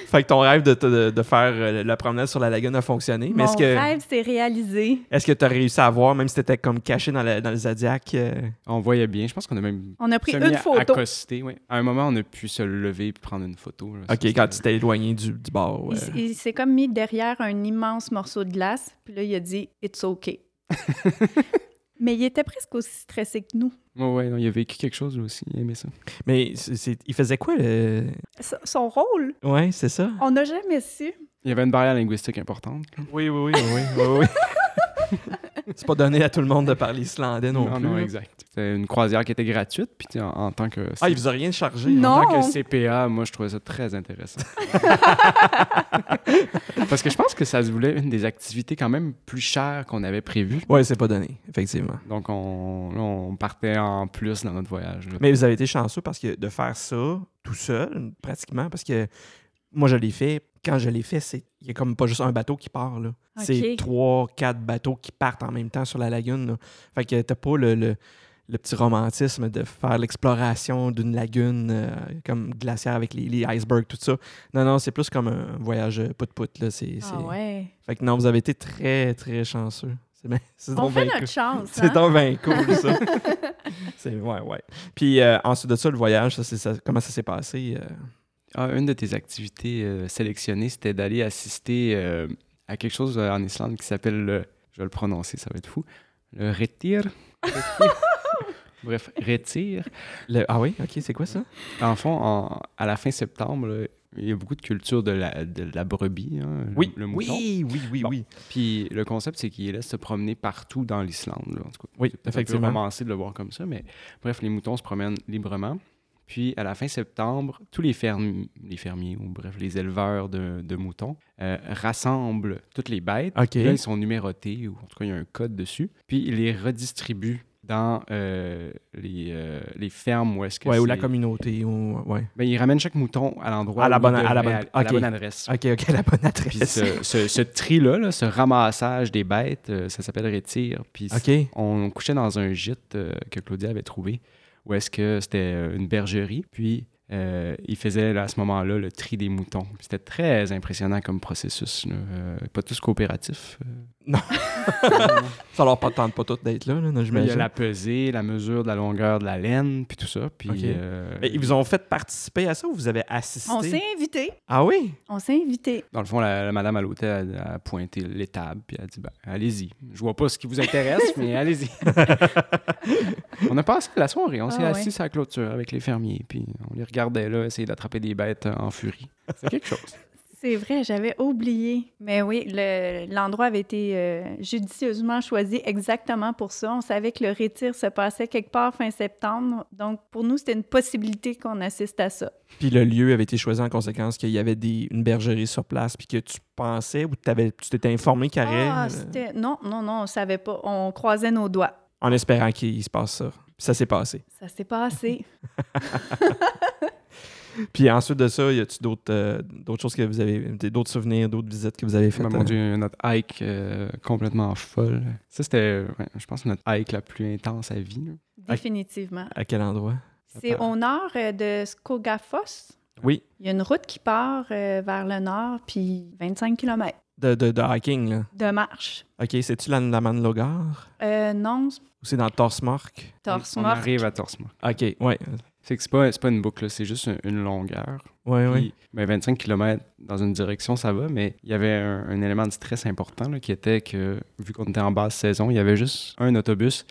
S1: Fait que ton rêve de, te- de- de faire euh, la promenade sur la lagune a fonctionné. mais
S2: Mon
S1: est-ce que...
S2: rêve s'est réalisé.
S1: Est-ce que tu as réussi à voir, même si tu étais comme caché dans, la- dans le Zodiac? euh,
S3: on voyait bien. Je pense qu'on a même
S2: On a pris
S3: se mis
S2: une
S3: à-
S2: photo.
S3: accosté, ouais. À un moment, on a pu se lever et prendre une photo. là. Ça,
S1: Ok,
S3: c'était-
S1: quand tu t'es éloigné du, du bar. ouais.
S2: Il s- Il, s'est comme mis derrière un immense morceau de glace, puis là, il a dit It's OK. Mais il était presque aussi stressé que nous.
S3: Ouais, ouais, non, il a vécu quelque chose lui aussi. Il aimait ça.
S1: Mais c'est- c'est- il faisait quoi? Le...
S2: S- Son rôle,
S1: Ouais, c'est ça?
S2: on n'a jamais su.
S3: Il y avait une barrière linguistique importante. là.
S1: Oui, oui, oui. oui, oui, oui. c'est pas donné à tout le monde de parler islandais non, plus. là.
S3: exact. C'était une croisière qui était gratuite. Puis tu sais, en, en tant que.
S1: ah, il vous a rien chargé?
S2: Non.
S1: hein?
S3: En tant que CPA, moi, je trouvais ça très intéressant. Parce que je pense que ça se voulait une des activités quand même plus chères qu'on avait prévues.
S1: Ouais, c'est pas donné, effectivement.
S3: Donc, on, là, on partait en plus dans notre voyage. là.
S1: Mais vous avez été chanceux parce que de faire ça tout seul, pratiquement, parce que moi, je l'ai fait. Quand je l'ai fait, c'est il y a comme pas juste un bateau qui part. là.
S2: Ok.
S1: C'est trois, quatre bateaux qui partent en même temps sur la lagune. là. Fait que t'as pas le, le- le petit romantisme de faire l'exploration d'une lagune euh, comme glaciaire avec les, les icebergs, tout ça. Non, non, c'est plus comme un voyage pout-pout. là. C'est- c'est-
S2: Ah ouais.
S1: Fait que non, vous avez été très, très chanceux. C'est bien- c'est
S2: On
S1: donc
S2: fait
S1: bien cool.
S2: notre chance.
S1: ben, C'est
S2: hein?
S1: donc bien cool, ça. c'est, ouais, ouais. Puis euh, ensuite de ça, le voyage, ça, c'est ça- comment ça s'est passé? euh?
S3: Ah, une de tes activités euh, sélectionnées, c'était d'aller assister euh, à quelque chose euh, en Islande qui s'appelle le. Je vais le prononcer, ça va être fou. Le Retir. Bref, Retir.
S1: Le- Ah oui? OK, c'est quoi ça?
S3: En fond, en- à la fin septembre, là, il y a beaucoup de culture de la, de la brebis, hein, le- le mouton.
S1: oui, oui, oui,
S3: Bon.
S1: oui.
S3: Puis le concept, c'est qu'il laisse se promener partout dans l'Islande. là, en tout cas.
S1: Oui,
S3: C'est peut-être
S1: effectivement.
S3: un peu romancé de le voir comme ça, mais bref, les moutons se promènent librement. Puis à la fin septembre, tous les, fermi- les fermiers, ou bref, les éleveurs de, de moutons, euh, rassemblent toutes les bêtes.
S1: OK.
S3: Puis là, ils sont numérotés, ou en tout cas, il y a un code dessus. Puis ils les redistribuent dans euh, les, euh, les fermes où est-ce que
S1: Ouais, ou
S3: c'est-
S1: la communauté, ou... Ouais.
S3: Ben, ils ramènent chaque mouton à l'endroit
S1: À la
S3: où il
S1: bonne- à la
S3: devrait
S1: bonne-
S3: aller- à la
S1: OK.
S3: bonne adresse.
S1: OK, OK, la bonne
S3: Puis
S1: adresse.
S3: ce, ce- ce tri-là, là, ce ramassage des bêtes, euh, ça s'appelle retire. Puis
S1: OK.
S3: on couchait dans un gîte euh, que Claudia avait trouvé, où est-ce que c'était euh, une bergerie. Puis euh, ils faisaient là, à ce moment-là le tri des moutons. Puis C'était très impressionnant comme processus. là. Euh, pas tous coopératifs. euh.
S1: Non.
S3: Euh,
S1: Ça leur pas- tente pas tout d'être là, là, non,
S3: Il y a
S1: j'imagine.
S3: la pesée, la mesure de la longueur de la laine, puis tout ça. Puis,
S1: Ok.
S3: euh,
S1: Mais ils vous ont fait participer à ça ou vous avez assisté?
S2: On s'est invités.
S1: Ah oui?
S2: On s'est invités.
S3: Dans le fond, la, la madame à l'hôtel a, a pointé l'étable puis a dit ben, Allez-y. Je vois pas ce qui vous intéresse, mais allez-y. on a passé la soirée. On s'est
S2: Ah,
S3: assis à la clôture avec les fermiers. Puis on les regardait là, essayer d'attraper des bêtes euh, en furie. C'est quelque chose.
S2: C'est vrai, j'avais oublié. Mais oui, le- l'endroit avait été euh, judicieusement choisi exactement pour ça. On savait que le retire se passait quelque part fin septembre. Donc, pour nous, c'était une possibilité qu'on assiste à ça.
S1: Puis le lieu avait été choisi en conséquence qu'il y avait des, une bergerie sur place puis que tu pensais ou t'avais- tu t'étais informé qu'il y aurait,
S2: Ah,
S1: euh,
S2: c'était... Non, non, non, on ne savait pas. On croisait nos doigts.
S1: en espérant qu'il se passe ça. Puis ça s'est passé.
S2: Ça s'est passé.
S1: Puis ensuite de ça, y a-tu d'autres euh, d'autres choses que vous avez, d'autres souvenirs, d'autres visites que vous avez faites?
S3: Ben,
S1: euh?
S3: mon Dieu, notre hike euh, complètement folle. Ça, c'était, ouais, je pense, notre hike la plus intense à vie. là.
S2: Définitivement.
S1: À quel endroit?
S2: C'est au nord euh, de Skogafoss.
S1: Oui,
S2: Il y a une route qui part euh, vers le nord, puis 25 km
S1: de, de, de hiking, là.
S2: de marche.
S1: OK, c'est-tu la Logar?
S2: Euh, non,
S1: Ou c'est dans Torsmark?
S2: torse
S3: on, on
S2: mort.
S3: arrive à Torsmar.
S1: OK, ouais. Ouais,
S3: C'est que c'est pas, c'est pas une boucle, là, c'est juste une- une longueur.
S1: ouais.
S3: Puis, ben, 25 km dans une direction, ça va, mais il y avait un, un élément de stress important là, qui était que, vu qu'on était en basse saison, il y avait juste un autobus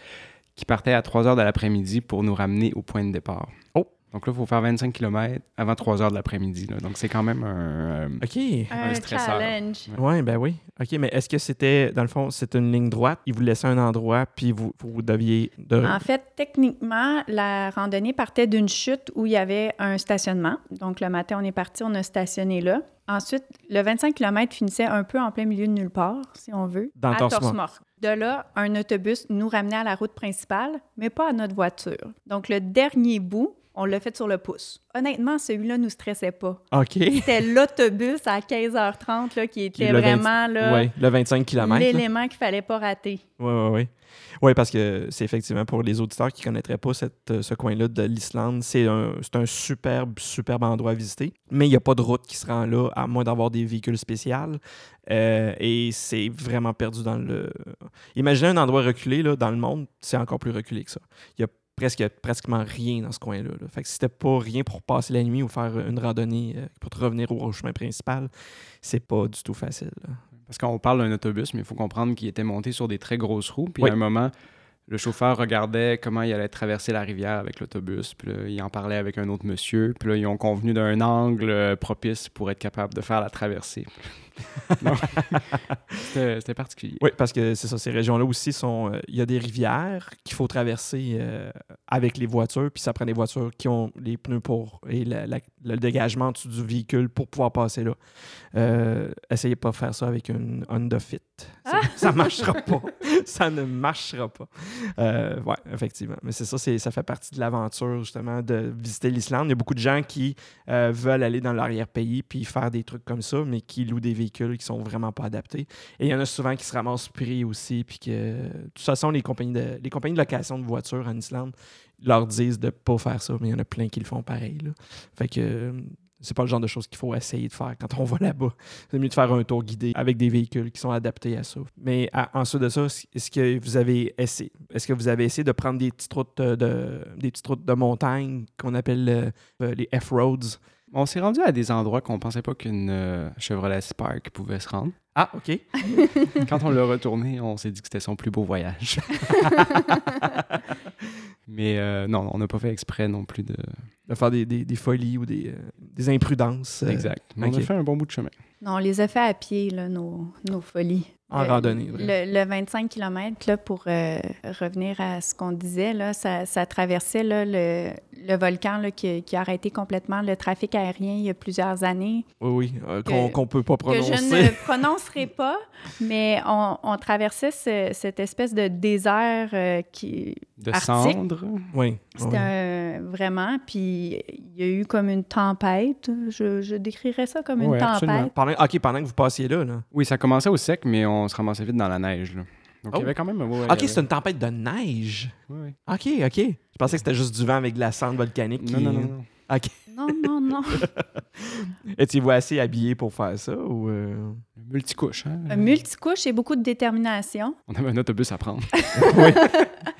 S3: qui partait à 3 heures de l'après-midi pour nous ramener au point de départ.
S1: Oh.
S3: Donc là, il faut faire 25 km avant 3 heures de l'après-midi. là. Donc c'est quand même un. euh,
S1: OK.
S2: Un,
S3: Un stresseur.
S2: challenge.
S1: Oui, ben oui. OK, mais est-ce que c'était, dans le fond, c'est une ligne droite, ils vous laissaient un endroit, puis vous, vous deviez... De...
S2: En fait, techniquement, la randonnée partait d'une chute où il y avait un stationnement. Donc, le matin, on est parti, on a stationné là. Ensuite, le 25 km finissait un peu en plein milieu de nulle part, si on veut,
S1: Dans
S2: à
S1: Torsemort.
S2: Torsemort. De là, un autobus nous ramenait à la route principale, mais pas à notre voiture. Donc, le dernier bout, on l'a fait sur le pouce. Honnêtement, celui-là nous stressait pas.
S1: OK.
S2: C'était l'autobus à 15h30 là, qui était
S1: Le 20
S2: vraiment là,
S1: Oui, le 25 km. Oui,
S2: l'élément qu'il fallait pas rater.
S1: oui, oui. Oui, parce que c'est effectivement pour les auditeurs qui ne connaîtraient pas cette, euh, ce coin-là de l'Islande, c'est un, c'est un superbe, superbe endroit à visiter. Mais il n'y a pas de route qui se rend là, à moins d'avoir des véhicules spéciaux. Euh, et c'est vraiment perdu dans le. Imaginez un endroit reculé là, dans le monde, c'est encore plus reculé que ça. Il y a presque pratiquement rien dans ce coin-là. là. Fait que si t'as pas rien pour passer la nuit ou faire une randonnée euh, pour te revenir au chemin principal, c'est pas du tout facile. là.
S3: Parce qu'on parle d'un autobus, mais il faut comprendre qu'il était monté sur des très grosses roues. Puis
S1: Oui.
S3: à un moment, le chauffeur regardait comment il allait traverser la rivière avec l'autobus. Puis là, il en parlait avec un autre monsieur. Puis là, ils ont convenu d'un angle euh, propice pour être capable de faire la traversée. Donc, C'était c'était particulier.
S1: Oui, parce que c'est ça, ces régions-là aussi sont. euh, Il y a des rivières qu'il faut traverser euh, avec les voitures, puis ça prend des voitures qui ont les pneus pour et la- la- le dégagement en dessous du véhicule pour pouvoir passer là. Euh, essayez pas de faire ça avec une Honda Fit. Ça, ça marchera pas. Ça ne marchera pas. Euh, ouais, effectivement. Mais c'est ça, c'est, ça fait partie de l'aventure, justement, de visiter l'Islande. Il y a beaucoup de gens qui euh, veulent aller dans l'arrière-pays puis faire des trucs comme ça, mais qui louent des véhicules qui sont vraiment pas adaptés. Et il y en a souvent qui se ramassent pris aussi, puis que... De toute façon, les compagnies de, les compagnies de location de voitures en Islande leur disent de pas faire ça, mais il y en a plein qui le font pareil. là. Fait que... euh, C'est pas le genre de choses qu'il faut essayer de faire quand on va là-bas. C'est mieux de faire un tour guidé avec des véhicules qui sont adaptés à ça. Mais à- ensuite de ça, est-ce que vous avez essayé? Est-ce que vous avez essayé de prendre des petites routes euh, de, des petites routes de montagne qu'on appelle euh, euh, les F-roads?
S3: On s'est rendu à des endroits qu'on pensait pas qu'une euh, Chevrolet Spark pouvait se rendre.
S1: Ah, OK.
S3: Quand on l'a retourné, on s'est dit que c'était son plus beau voyage. Mais euh, non, on n'a pas fait exprès non plus de.
S1: De faire des, des- des folies ou des, euh, des imprudences. euh,
S3: Exact. Mais On
S1: ok.
S3: a fait un bon bout de chemin.
S2: Non, on les a fait à pied, là, nos, nos folies.
S1: En
S2: Le-
S1: randonnée, oui.
S2: Le, le 25 km, là, pour euh, revenir à ce qu'on disait, là, ça, ça traversait là, le, le volcan là, qui, qui a arrêté complètement le trafic aérien il y a plusieurs années,
S1: Oui, oui. euh, qu'on
S2: Que-
S1: qu'on peut pas
S2: que je
S1: prononcer.
S2: ne prononcerai pas, mais on, on traversait ce- cette espèce de désert euh, qui,
S3: De
S2: Arctique.
S3: cendres.
S1: Oui.
S2: C'était
S1: Ah oui.
S2: un- vraiment, puis il y a eu comme une tempête. Je, je décrirais ça comme une
S3: Ouais,
S2: tempête.
S3: absolument.
S1: Pendant- OK, pendant que vous passiez là. là.
S3: Oui, ça commençait au sec, mais on se ramassait vite dans la neige. là. Donc, il
S1: Oh.
S3: y avait quand même un euh,
S1: OK, c'est une tempête de neige. OK, OK. Je pensais que c'était juste du vent avec de la cendre volcanique.
S3: Non,
S1: qui-
S3: non, non, non.
S1: OK.
S2: Non, non, non.
S1: Étiez-vous assez habillé pour faire ça ou... euh?
S3: Le Multicouche, hein?
S2: Un multicouche et beaucoup de détermination.
S3: On avait un autobus à prendre.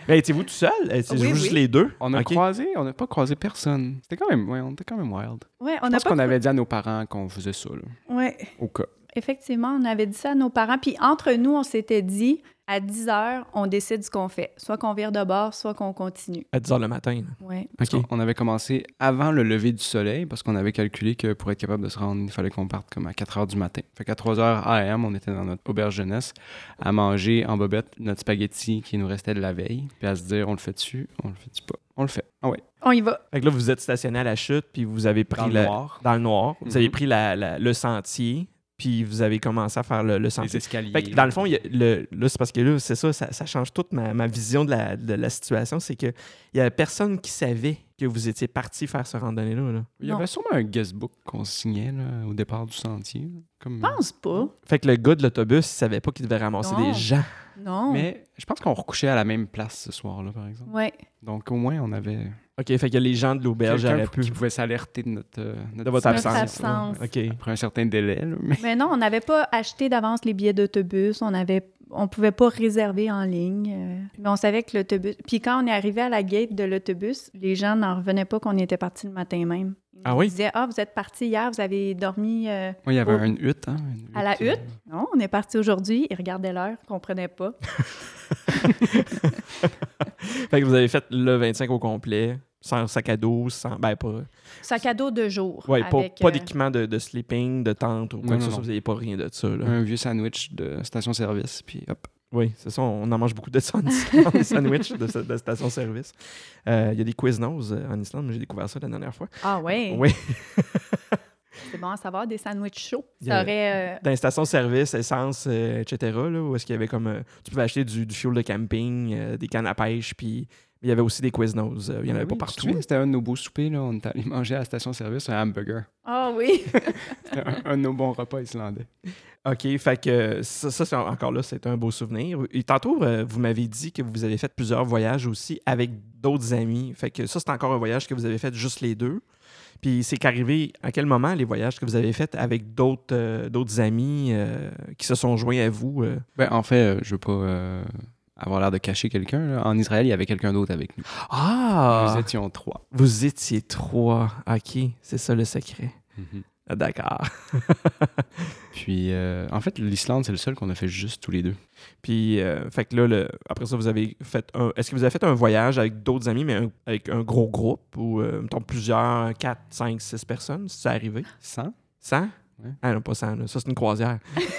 S1: Ben, étiez-vous tout seul? Étiez-vous
S2: Oui,
S1: juste
S2: oui.
S1: les deux?
S3: On a
S1: OK.
S3: croisé, on n'a pas croisé personne. C'était quand même, ouais, on était quand même wild.
S2: Ouais, on
S3: Je
S2: a
S3: pense
S2: pas.
S3: qu'on avait dit à nos parents qu'on faisait ça, là,
S2: Ouais,
S3: au cas.
S2: effectivement, on avait dit ça à nos parents. Puis entre nous, on s'était dit à 10 heures, on décide ce qu'on fait. Soit qu'on vire de bord, soit qu'on continue.
S1: À 10 h le matin. là.
S2: Ouais.
S3: Parce qu'on avait commencé avant le lever du soleil, parce qu'on avait calculé que pour être capable de se rendre, il fallait qu'on parte comme à 4 heures du matin. Fait qu'à 3 heures AM, on était dans notre auberge jeunesse à manger en bobette notre spaghetti qui nous restait de la veille, puis à se dire on le fait dessus, on le fait dessus pas. On le fait. Ah ouais,
S2: On y va.
S1: Fait que là, vous êtes stationné à la chute, puis vous avez pris
S3: dans le
S1: la-
S3: noir.
S1: dans le noir. Vous avez
S3: Mhm.
S1: pris la- la- le sentier, puis vous avez commencé à faire le, le sentier.
S3: Les escaliers.
S1: Fait que dans le fond, il y a le, là, c'est parce que là, c'est ça, ça, ça change toute ma, ma vision de la, de la situation. C'est que il y a personne qui savait que vous étiez parti faire ce randonnée-là. là.
S3: Il y avait sûrement un guestbook qu'on signait là, au départ du sentier. là, Comme...
S2: Je pense pas.
S1: Fait que le gars de l'autobus, il savait pas qu'il devait ramasser
S2: Non.
S1: des gens.
S2: Non.
S3: Mais je pense qu'on recouchait à la même place ce soir-là, par exemple.
S2: Ouais.
S3: Donc au moins, on avait
S1: OK, fait que les gens de l'auberge
S3: quelqu'un
S1: auraient pu.
S3: qui pouvait s'alerter de notre, euh, notre
S1: De votre
S2: Notre
S1: absence.
S2: absence.
S1: OK.
S3: Après un certain délai, là, mais
S2: Mais non, on n'avait pas acheté d'avance les billets d'autobus, on avait on pouvait pas réserver en ligne. euh, mais on savait que l'autobus. Puis quand on est arrivé à la gate de l'autobus, les gens n'en revenaient pas qu'on était parti le matin même. Ils
S1: Ah
S2: nous
S1: oui?
S2: disaient Ah, vous êtes parti hier, vous avez dormi. euh,
S3: Ouais, il y avait
S2: Oh.
S3: une hutte. hein, une
S2: À la
S3: euh,
S2: hutte? Non, on est parti aujourd'hui. Ils regardaient l'heure, ils comprenaient pas.
S1: Fait que vous avez fait le 25 au complet. Sans sac à dos, sans. Ben, pas.
S2: Sac à dos de jour.
S1: Ouais, pas,
S2: avec,
S1: pas
S2: euh,
S1: d'équipement de, de sleeping, de tente ou quoi
S3: Non,
S1: que ce
S3: non,
S1: soit.
S3: non.
S1: Vous n'avez pas rien de ça, là.
S3: Un vieux sandwich de station-service, puis hop.
S1: Oui, c'est ça. On en mange beaucoup de ça en Islande, des sandwichs de, de station-service. Euh, Il y a des Quiznos euh, en Islande, mais j'ai découvert ça la dernière fois.
S2: Ah ouais,
S1: Oui,
S2: c'est bon à savoir, des sandwichs chauds.
S1: Il y
S2: Ça
S1: a-
S2: aurait... euh,
S1: dans les stations-service, essence, euh, etc., là, où est-ce qu'il y avait comme... euh, tu pouvais acheter du, du fuel de camping, euh, des cannes à pêche, puis il y avait aussi des Quiznos. Euh, Il n'y en avait
S3: Ah
S1: pas
S3: Oui, tu te
S1: partout.
S3: souviens, C'était un de nos beaux soupers, là. On est allé manger à la station-service un hamburger.
S2: Ah oui,
S3: C'était un, un de nos bons repas islandais.
S1: OK, fait que euh, ça, ça, c'est encore là, c'est un beau souvenir. Et tantôt, euh, vous m'avez dit que vous avez fait plusieurs voyages aussi avec d'autres amis. Fait que ça, c'est encore un voyage que vous avez fait juste les deux. Puis c'est qu'arrivé à quel moment les voyages que vous avez faits avec d'autres euh, d'autres amis euh, qui se sont joints à vous? euh?
S3: Ben, en fait, euh, je veux pas euh, avoir l'air de cacher quelqu'un. là. En Israël, il y avait quelqu'un d'autre avec nous.
S1: Ah!
S3: Nous
S1: Vous,
S3: étions trois.
S1: étiez trois. OK, c'est ça le secret. Ah, D'accord.
S3: Puis, euh, en fait, l'Islande, c'est le seul qu'on a fait juste tous les deux.
S1: Puis, euh, fait que là, le- après ça, vous avez fait un. Est-ce que vous avez fait un voyage avec d'autres amis, mais un- avec un gros groupe ou, euh, mettons, plusieurs, 4, 5, 6 personnes, si c'est arrivé?
S3: Sans?
S1: 100?
S3: Ouais.
S1: Ah non, pas 100, là. ça, c'est une croisière.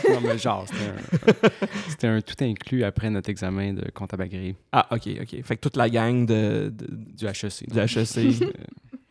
S3: Non, mais genre, c'était un, c'était un tout inclus après notre examen de comptable agréé
S1: Ah, OK, OK. Fait que toute la gang de, de-
S3: du E HEC.
S1: du HEC,
S3: Euh,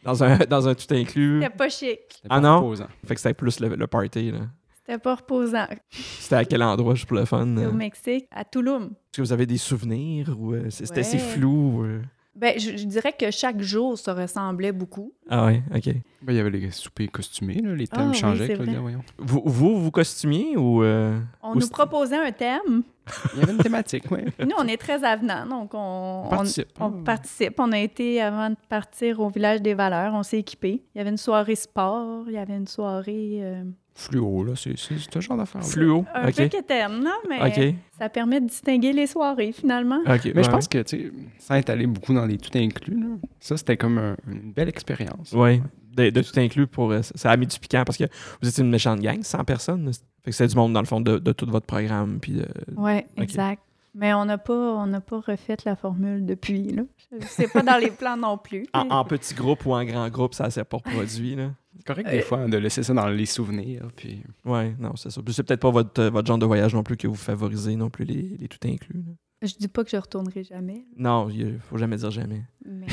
S1: dans un, dans un tout inclus.
S2: c'était pas chic.
S3: c'était
S1: Ah
S3: pas
S1: non?
S3: reposant.
S1: Fait que c'était plus le, le party, là.
S2: C'était pas reposant.
S1: C'était à quel endroit, juste pour le fun?
S2: C'était
S1: euh?
S2: au Mexique, à Tulum.
S1: Est-ce que vous avez des souvenirs ou euh, c'est- c'était assez
S2: Ouais.
S1: flou? euh?
S2: Ben, je, je dirais que chaque jour se ressemblait beaucoup.
S1: Ah ouais, OK.
S3: Ben, il y avait les soupers costumés, là, les
S2: Ah,
S3: thèmes
S2: oui,
S3: changeaient.
S2: c'est
S3: Claudia,
S2: vrai.
S3: voyons.
S1: Vous, vous, vous costumiez ou... euh,
S2: On
S1: ou
S2: nous
S1: c'était-
S2: proposait un thème.
S3: Il y avait une thématique, oui.
S2: Nous, on est très avenants, donc on,
S3: On
S2: on-
S3: participe.
S2: on
S1: Hmm.
S2: participe. On a été, avant de partir au village des valeurs, on s'est équipés. Il y avait une soirée sport, il y avait une soirée euh,
S3: Fluo, là, c'est c'est ce genre d'affaire.
S1: Fluo,
S2: un
S1: OK.
S2: peu quétaine, non? mais
S1: OK.
S2: ça permet de distinguer les soirées, finalement.
S1: OK,
S3: Mais je
S1: ouais.
S3: pense que, tu sais, sans être allé beaucoup dans les tout inclus, là, ça, c'était comme un- une belle expérience.
S1: Oui, de, de tout inclus pour. euh, ça- ça a mis du piquant parce que vous étiez une méchante gang, 100 personnes. là. Fait que c'est du monde, dans le fond, de, de tout votre programme. Puis de-
S2: Oui,
S1: Ok.
S2: exact. Mais on n'a pas, on n'a pas refait la formule depuis. Là. C'est pas dans les plans non plus.
S1: en, en petit groupe ou en grand groupe, ça ne s'est pas reproduit. Là.
S3: C'est correct, des fois, hein, de laisser ça dans les souvenirs. Puis...
S1: Oui, non, c'est ça. Puis c'est peut-être pas votre, euh, votre genre de voyage non plus que vous favorisez, non plus les, les tout inclus. là.
S2: Je dis pas que je retournerai jamais,
S1: Non, il faut jamais dire jamais.
S2: mais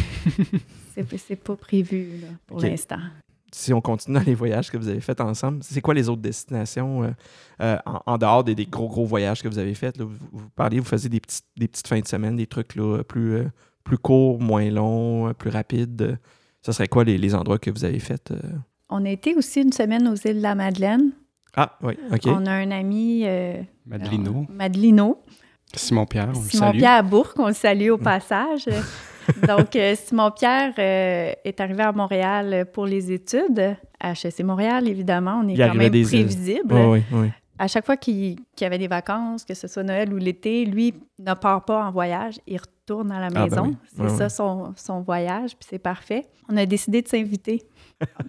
S2: c'est, c'est pas prévu là, pour
S1: Ok.
S2: l'instant.
S1: Si on continue dans les voyages que vous avez faits ensemble, c'est quoi les autres destinations euh, euh, en, en dehors des, des gros, gros voyages que vous avez faits? là? Vous, vous parliez, vous faisiez des petites, des petites fins de semaine, des trucs là, plus, euh, plus courts, moins longs, euh, plus rapides. euh. Ce serait quoi les, les endroits que vous avez faits? euh?
S2: On a été aussi une semaine aux îles de la Madeleine.
S1: Ah, oui, OK.
S2: On a un ami, euh,
S3: Madelino,
S2: alors, Madelino,
S3: Ah. Simon-Pierre, on le salue.
S2: Simon-Pierre Bourque, on le salue au
S1: Mm.
S2: passage. Donc, euh, Simon-Pierre euh, est arrivé à Montréal pour les études. À HEC Montréal, évidemment, on est
S1: Il
S2: quand
S1: arrivait
S2: même
S1: des îles.
S2: prévisible.
S1: Ouais, ouais, ouais.
S2: à chaque fois qu'il qu'il y avait des vacances, que ce soit Noël ou l'été, lui ne part pas en voyage, il retourne à la
S1: Ah, ben
S2: maison.
S1: oui.
S2: C'est
S1: Ouais,
S2: ça
S1: ouais.
S2: Son, son voyage, puis c'est parfait. On a décidé de s'inviter.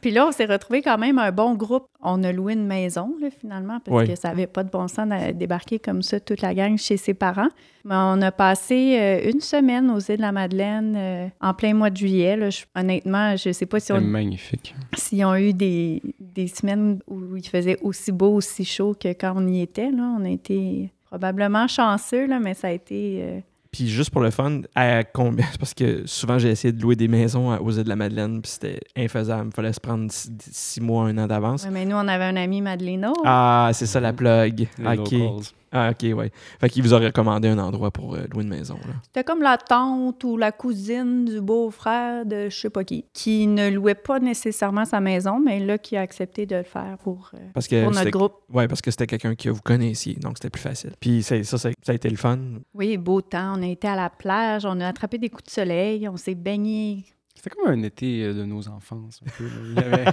S2: puis là, on s'est retrouvé quand même un bon groupe. On a loué une maison, là, finalement, parce
S1: Ouais.
S2: que ça n'avait pas de bon sens de débarquer comme ça toute la gang chez ses parents. Mais on a passé euh, une semaine aux Îles-de-la-Madeleine euh, en plein mois de juillet. là. Je- honnêtement, je ne sais pas si
S3: C'était
S2: on
S3: magnifique.
S2: s'ils ont eu des, des semaines où il faisait aussi beau, aussi chaud que quand on y était, là, on a été probablement chanceux, là, mais ça a été... euh,
S1: Puis juste pour le fun, à combien? Parce que souvent, j'ai essayé de louer des maisons à- aux îles de la Madeleine, puis c'était infaisable. Il fallait se prendre six, six mois, un an d'avance.
S2: ouais, mais nous, on avait un ami, Madelino.
S1: Ah, c'est ça la plug.
S3: Mm-hmm. Les
S1: OK.
S3: locals.
S1: Ah, ok, ouais. Fait qu'il vous a recommandé un endroit pour euh, louer une maison. Là.
S2: C'était comme la tante ou la cousine du beau-frère de je sais pas qui, qui ne louait pas nécessairement sa maison, mais là, qui a accepté de le faire pour, euh,
S1: Parce que
S2: pour notre
S1: c'était-
S2: groupe.
S1: Ouais, parce que c'était quelqu'un que vous connaissiez, donc c'était plus facile. Puis c'est- ça, c'est- ça a été le fun.
S2: Oui, beau temps, on a été à la plage, on a attrapé des coups de soleil, on s'est baigné,
S3: C'était comme un été euh, de nos enfances. un peu, là. Il y avait-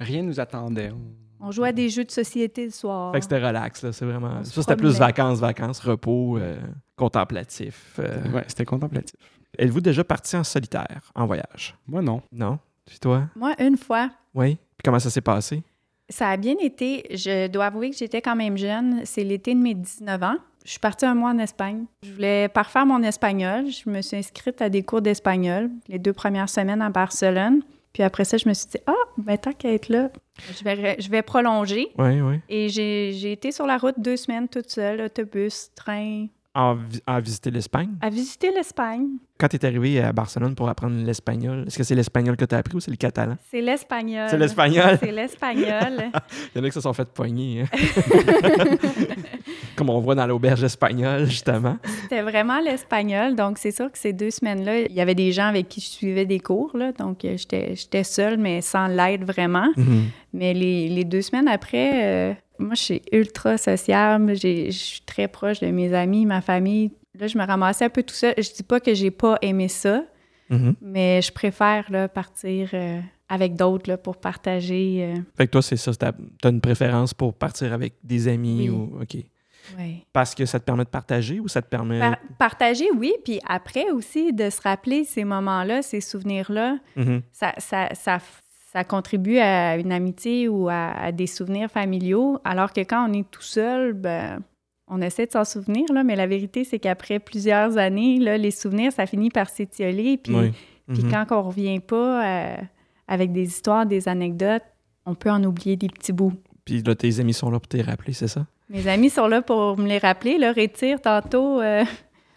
S3: Rien nous attendait. On-
S2: on jouait à des jeux de société le soir.
S1: Fait que c'était relax, là. C'est vraiment.
S2: Ah. On se
S1: Ça, c'était plus
S2: promenait.
S1: vacances, vacances, repos, euh, contemplatif. euh.
S3: Ouais, c'était contemplatif.
S1: Êtes-vous déjà parti en solitaire, en voyage?
S3: Moi, non.
S1: Non? Puis toi?
S2: Moi, une fois,
S1: Oui? Puis comment ça s'est passé?
S2: Ça a bien été. Je dois avouer que j'étais quand même jeune. C'est l'été de mes 19 ans. je suis partie un mois en Espagne. Je voulais parfaire mon espagnol. Je me suis inscrite à des cours d'espagnol les deux premières semaines à Barcelone. Puis après ça, je me suis dit, ah, ben tant qu'à être là, je vais, re- je vais prolonger.
S1: Oui, oui.
S2: Et j'ai j'ai été sur la route deux semaines toute seule, autobus, train,
S1: À, vi- à visiter l'Espagne.
S2: à visiter l'Espagne.
S1: Quand tu es arrivé à Barcelone pour apprendre l'espagnol, est-ce que c'est l'espagnol que tu as appris ou c'est le catalan?
S2: C'est l'espagnol.
S1: C'est l'espagnol.
S2: C'est l'espagnol.
S1: Il y en a qui se sont fait poigner. hein. Comme on voit dans l'auberge espagnole, justement.
S2: C'était vraiment l'espagnol. Donc, c'est sûr que ces deux semaines-là, il y avait des gens avec qui je suivais des cours. Là, donc, euh, j'étais j'étais seule, mais sans l'aide vraiment.
S1: Mhm.
S2: Mais les, les deux semaines après, euh, moi, je suis ultra sociable. J'ai- Je suis très proche de mes amis, ma famille. Là, je me ramassais un peu tout seul. Je dis pas que j'ai pas aimé ça,
S1: Mhm.
S2: mais je préfère là, partir euh, avec d'autres là, pour partager. euh,
S1: Fait que toi, c'est ça. T'as as une préférence pour partir avec des amis
S2: Oui.
S1: ou. OK.
S2: euh, ouais.
S1: Parce que ça te permet de partager ou ça te permet.
S2: Par- partager, oui. Puis après aussi, de se rappeler ces moments-là, ces souvenirs-là.
S1: Mhm.
S2: ça, ça, ça, ça contribue à une amitié ou à, à des souvenirs familiaux, alors que quand on est tout seul, ben, on essaie de s'en souvenir, là, mais la vérité, c'est qu'après plusieurs années, là, les souvenirs, ça finit par s'étioler. Puis,
S1: Oui.
S2: puis
S1: Mhm.
S2: quand on revient pas euh, avec des histoires, des anecdotes, on peut en oublier des petits bouts.
S1: Puis là, tes amis sont là pour te rappeler, c'est ça?
S2: Mes amis sont là pour me les rappeler. Là, Rétire, tantôt, euh,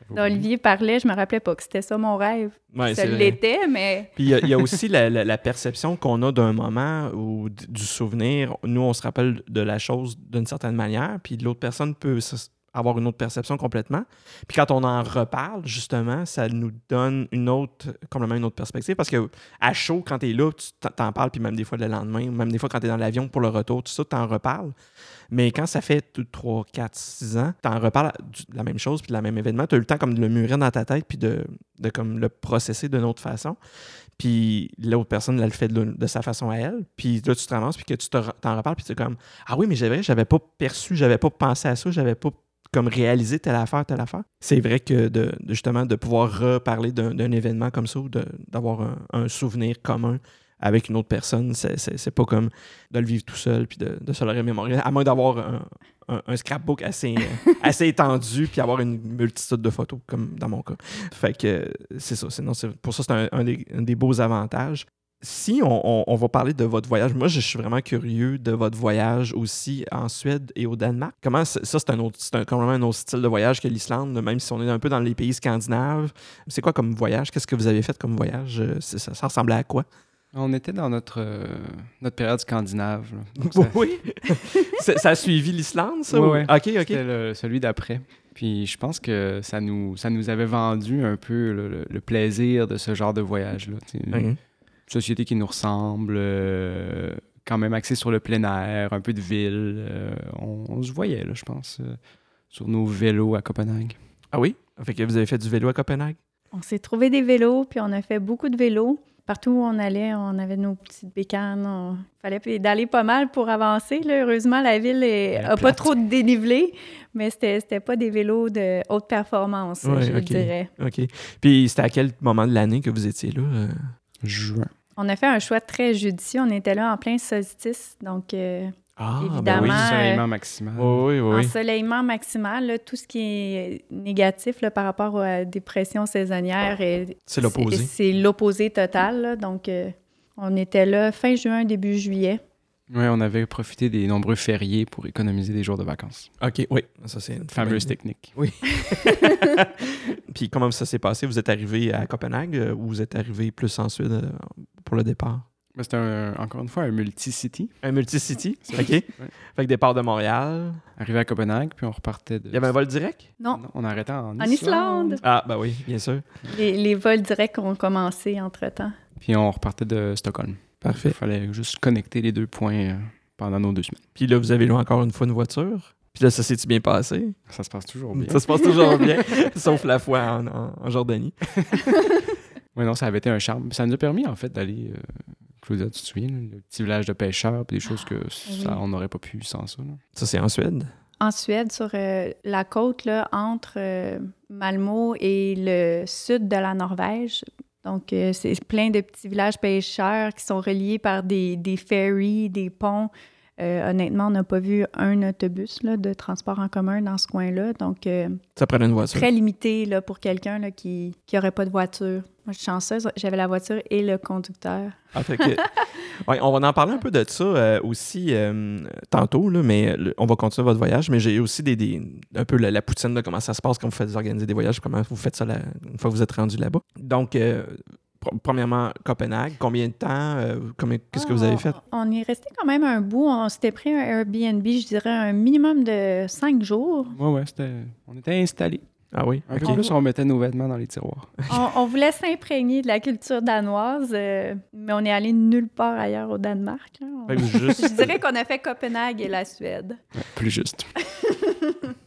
S2: dont Olivier parlait, je me rappelais pas que c'était ça mon rêve.
S1: Ouais,
S2: ça
S1: vrai.
S2: l'était, mais
S1: Puis il y a- il y, a aussi la, la- la perception qu'on a d'un moment ou d- du souvenir. Nous, on se rappelle de la chose d'une certaine manière, puis l'autre personne peut s- avoir une autre perception complètement. Puis quand on en reparle, justement, ça nous donne une autre, complètement une autre perspective. Parce que à chaud, quand tu es là, tu t'en- t'en parles, puis même des fois le lendemain, ou même des fois quand tu es dans l'avion pour le retour, tout ça, tu en reparles. Mais quand ça fait 3, 4, 6 ans, tu en reparles du- de la même chose, puis de la même événement, tu as eu le temps comme de le mûrir dans ta tête, puis de, de comme le processer d'une autre façon puis l'autre personne, elle le fait de, de sa façon à elle, puis là, tu te ramasses, puis que tu te re- t'en reparles, puis tu es comme « Ah oui, mais j'avais, j'avais pas perçu, j'avais pas pensé à ça, j'avais pas comme réalisé telle affaire, telle affaire. » C'est vrai que, de, de- justement, de pouvoir reparler d'un, d'un événement comme ça, ou de- d'avoir un, un souvenir commun avec une autre personne, c'est, c'est- c'est pas comme de le vivre tout seul, puis de, de se le remémorer, à moins d'avoir un, un- un scrapbook assez, euh, assez étendu, puis avoir une multitude de photos, comme dans mon cas. Fait que euh, c'est ça. c'est- non, c'est- pour ça, c'est un, un des, un des beaux avantages. Si on, on- on va parler de votre voyage, moi je suis vraiment curieux de votre voyage aussi en Suède et au Danemark. Comment c- ça, c'est un autre, c'est un, complètement un autre style de voyage que l'Islande, même si on est un peu dans les pays scandinaves. C'est quoi comme voyage? Qu'est-ce que vous avez fait comme voyage? Euh, c'est- Ça, ça ressemblait à quoi?
S3: On était dans notre, euh, notre période scandinave. là. Donc, ça-
S1: Oui. ça ça a suivi l'Islande, ça?
S3: Ouais,
S1: ou-
S3: ouais.
S1: OK, OK.
S3: C'était le- celui d'après. Puis je pense que ça nous, ça nous avait vendu un peu le, le- le plaisir de ce genre de voyage-là. tu sais. Une
S1: Mhm.
S3: société qui nous ressemble, euh, quand même axée sur le plein air, un peu de ville. euh, on, on se voyait, là, je pense, euh, sur nos vélos à Copenhague.
S1: Ah oui? Fait que vous avez fait du vélo à Copenhague?
S2: On s'est trouvé des vélos, puis on a fait beaucoup de vélos. Partout où on allait, on avait nos petites bécanes. On... fallait p- d'aller pas mal pour avancer. là. Heureusement, la ville
S3: Elle est
S2: n'a pas
S3: plate.
S2: trop de dénivelé, mais c'était c'était pas des vélos de haute performance,
S1: Ouais,
S2: je
S1: ok.
S2: dirais.
S1: OK. Puis c'était à quel moment de l'année que vous étiez là? euh?
S3: Juin.
S2: On a fait un choix très judicieux. On était là en plein solstice, donc euh,
S1: Ah, ben
S2: Évidemment.
S3: oui,
S1: oui.
S3: soleillement maximal.
S1: Oui, oui, oui.
S2: ensoleillement maximal, là, tout ce qui est négatif là, par rapport à la dépression saisonnière est,
S1: C'est l'opposé.
S2: C'est l'opposé total. là. donc, euh, on était là fin juin, début juillet.
S3: Ouais, on avait profité des nombreux fériés pour économiser des jours de vacances. Ben
S1: OK, oui. Ah, Ça, c'est une
S3: Fameuse
S1: bonne idée.
S3: technique.
S1: Puis comment ça s'est passé? Vous êtes arrivé à Copenhague euh, ou vous êtes arrivé plus en Suède euh, pour le départ?
S3: Mais Ben, C'était un- encore une fois un multi-city.
S1: Un multicity, OK.
S3: Ouais.
S1: Fait que départ de Montréal.
S3: Arrivé à Copenhague, puis on repartait de...
S1: Il y avait un vol direct?
S2: Non,
S3: Non, on arrêtait en,
S2: En Islande.
S1: Ah, ben oui, bien sûr.
S2: Les, les vols directs ont commencé entre-temps.
S3: Puis on repartait de Stockholm. Il
S1: Parfait.
S3: fallait juste connecter les deux points euh, pendant nos deux semaines.
S1: Puis là, vous avez loué encore une fois une voiture. Puis là, ça s'est-tu bien passé?
S3: Ça se passe toujours bien.
S1: Ça se passe toujours bien, sauf la fois en, en- en Jordanie.
S3: Oui, non, ça avait été un charme. Ça nous a permis, en fait, d'aller, euh, Claudia, tu te souviens, là, le petit village de pêcheurs, puis des choses que ça,
S2: oui.
S3: on n'aurait pas pu sans ça. là.
S1: Ça, c'est en Suède.
S2: En Suède, sur euh, la côte, là, entre euh, Malmö et le sud de la Norvège. Donc, euh, c'est plein de petits villages pêcheurs qui sont reliés par des, des ferries, des ponts. Euh, honnêtement, on n'a pas vu un autobus là, de transport en commun dans ce coin-là. Donc, euh,
S1: Ça prenait une voiture.
S2: très limité là, pour quelqu'un là, qui n'aurait pas de voiture. Moi, je suis chanceuse, j'avais la voiture et le conducteur.
S1: Ah, fait que- Ouais, on va en parler un peu de ça euh, aussi euh, tantôt, là, mais le- on va continuer votre voyage. Mais j'ai aussi des, des- un peu la, la poutine de comment ça se passe quand vous faites organiser des voyages, comment vous faites ça la- une fois que vous êtes rendu là-bas. Donc, euh, pr- premièrement, Copenhague, combien de temps, euh, combien- qu'est-ce que vous avez fait?
S2: Ah, On est resté quand même un bout. On s'était pris un Airbnb, je dirais un minimum de cinq jours.
S3: Ouais, ouais, c'était... On était installés.
S1: Ah oui?
S3: Un
S1: ok.
S3: peu plus, on mettait nos vêtements dans les tiroirs.
S2: On, on voulait s'imprégner de la culture danoise, euh, mais on est allé nulle part ailleurs au Danemark. là. On-
S1: Fait que vous juste-
S2: Je dirais qu'on a fait Copenhague et la Suède.
S3: Plus juste.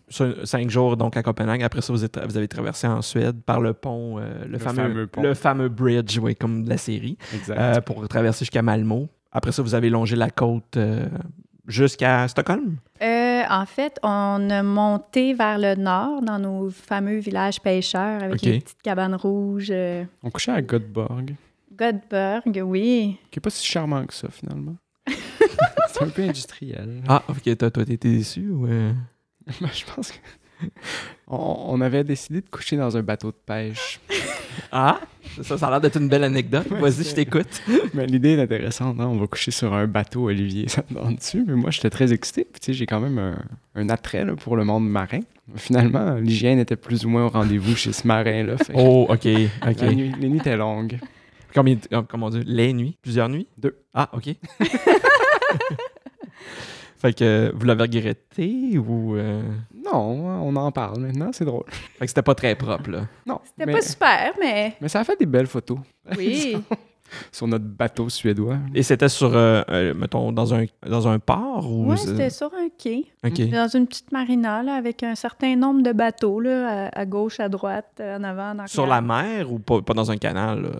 S1: sur- cinq jours donc à Copenhague. Après ça, vous, êtes- vous avez traversé en Suède par le pont, euh, le, fameux,
S3: fameux pont.
S1: le fameux bridge, oui, comme de la série,
S3: Exact.
S1: euh, pour traverser jusqu'à Malmo. Après ça, vous avez longé la côte euh, jusqu'à Stockholm.
S2: Euh, en fait, on a monté vers le nord dans nos fameux villages pêcheurs avec
S1: Ok.
S2: les petites cabanes rouges. euh,
S3: On couchait à Göteborg,
S2: Göteborg, oui.
S3: qui est pas si charmant que ça, finalement. c'est un peu industriel.
S1: Ah, ok, toi, toi, t'étais déçu ou. euh?
S3: Ben, je pense que... On, on avait décidé de coucher dans un bateau de pêche.
S1: Ah, ça, ça a l'air d'être une belle anecdote. Vas-y, je t'écoute.
S3: Mais l'idée est intéressante, hein? on va coucher sur un bateau, Olivier, ça te donne dessus. Mais moi, j'étais très excité. Puis, tu sais, j'ai quand même un, un attrait là, pour le monde marin. Finalement, l'hygiène était plus ou moins au rendez-vous chez ce marin-là. Fait que
S1: Oh, ok, ok.
S3: la nuit- les nuits étaient longues.
S1: Combien, de- oh, comment dire, les nuits Plusieurs nuits
S3: Deux.
S1: Ah, ok. fait que vous l'avez regretté ou. euh,
S3: Non, on en parle maintenant, c'est drôle.
S1: Fait que c'était pas très propre, là.
S3: Non,
S2: C'était
S3: mais,
S2: pas super, mais
S3: mais ça a fait des belles photos
S2: oui.
S3: sur notre bateau suédois.
S1: Et c'était sur, euh, euh, mettons, dans un, dans un port ou.
S2: Oui,
S1: c'est-
S2: c'était sur un quai,
S1: Ok.
S2: dans une petite marina, là, avec un certain nombre de bateaux, là, à, à gauche, à droite, euh, en avant, en arrière.
S1: Sur la mer ou pas, pas dans un canal? là?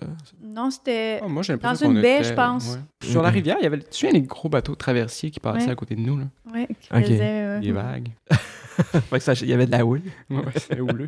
S2: Non, c'était...
S3: Ah, moi, j'ai
S2: Dans
S3: l'impression
S2: une
S3: qu'on
S2: baie,
S3: était-
S2: je pense.
S3: ouais. Sur la rivière, il y avait, tu te souviens, les gros bateaux traversiers qui passaient
S2: Ouais.
S3: à côté de nous, là?
S2: Ouais, qui
S1: Ok.
S2: faisait, euh,
S3: les vagues.
S1: Fait que ça, il y avait de la houle.
S3: Ouais, c'était houleux.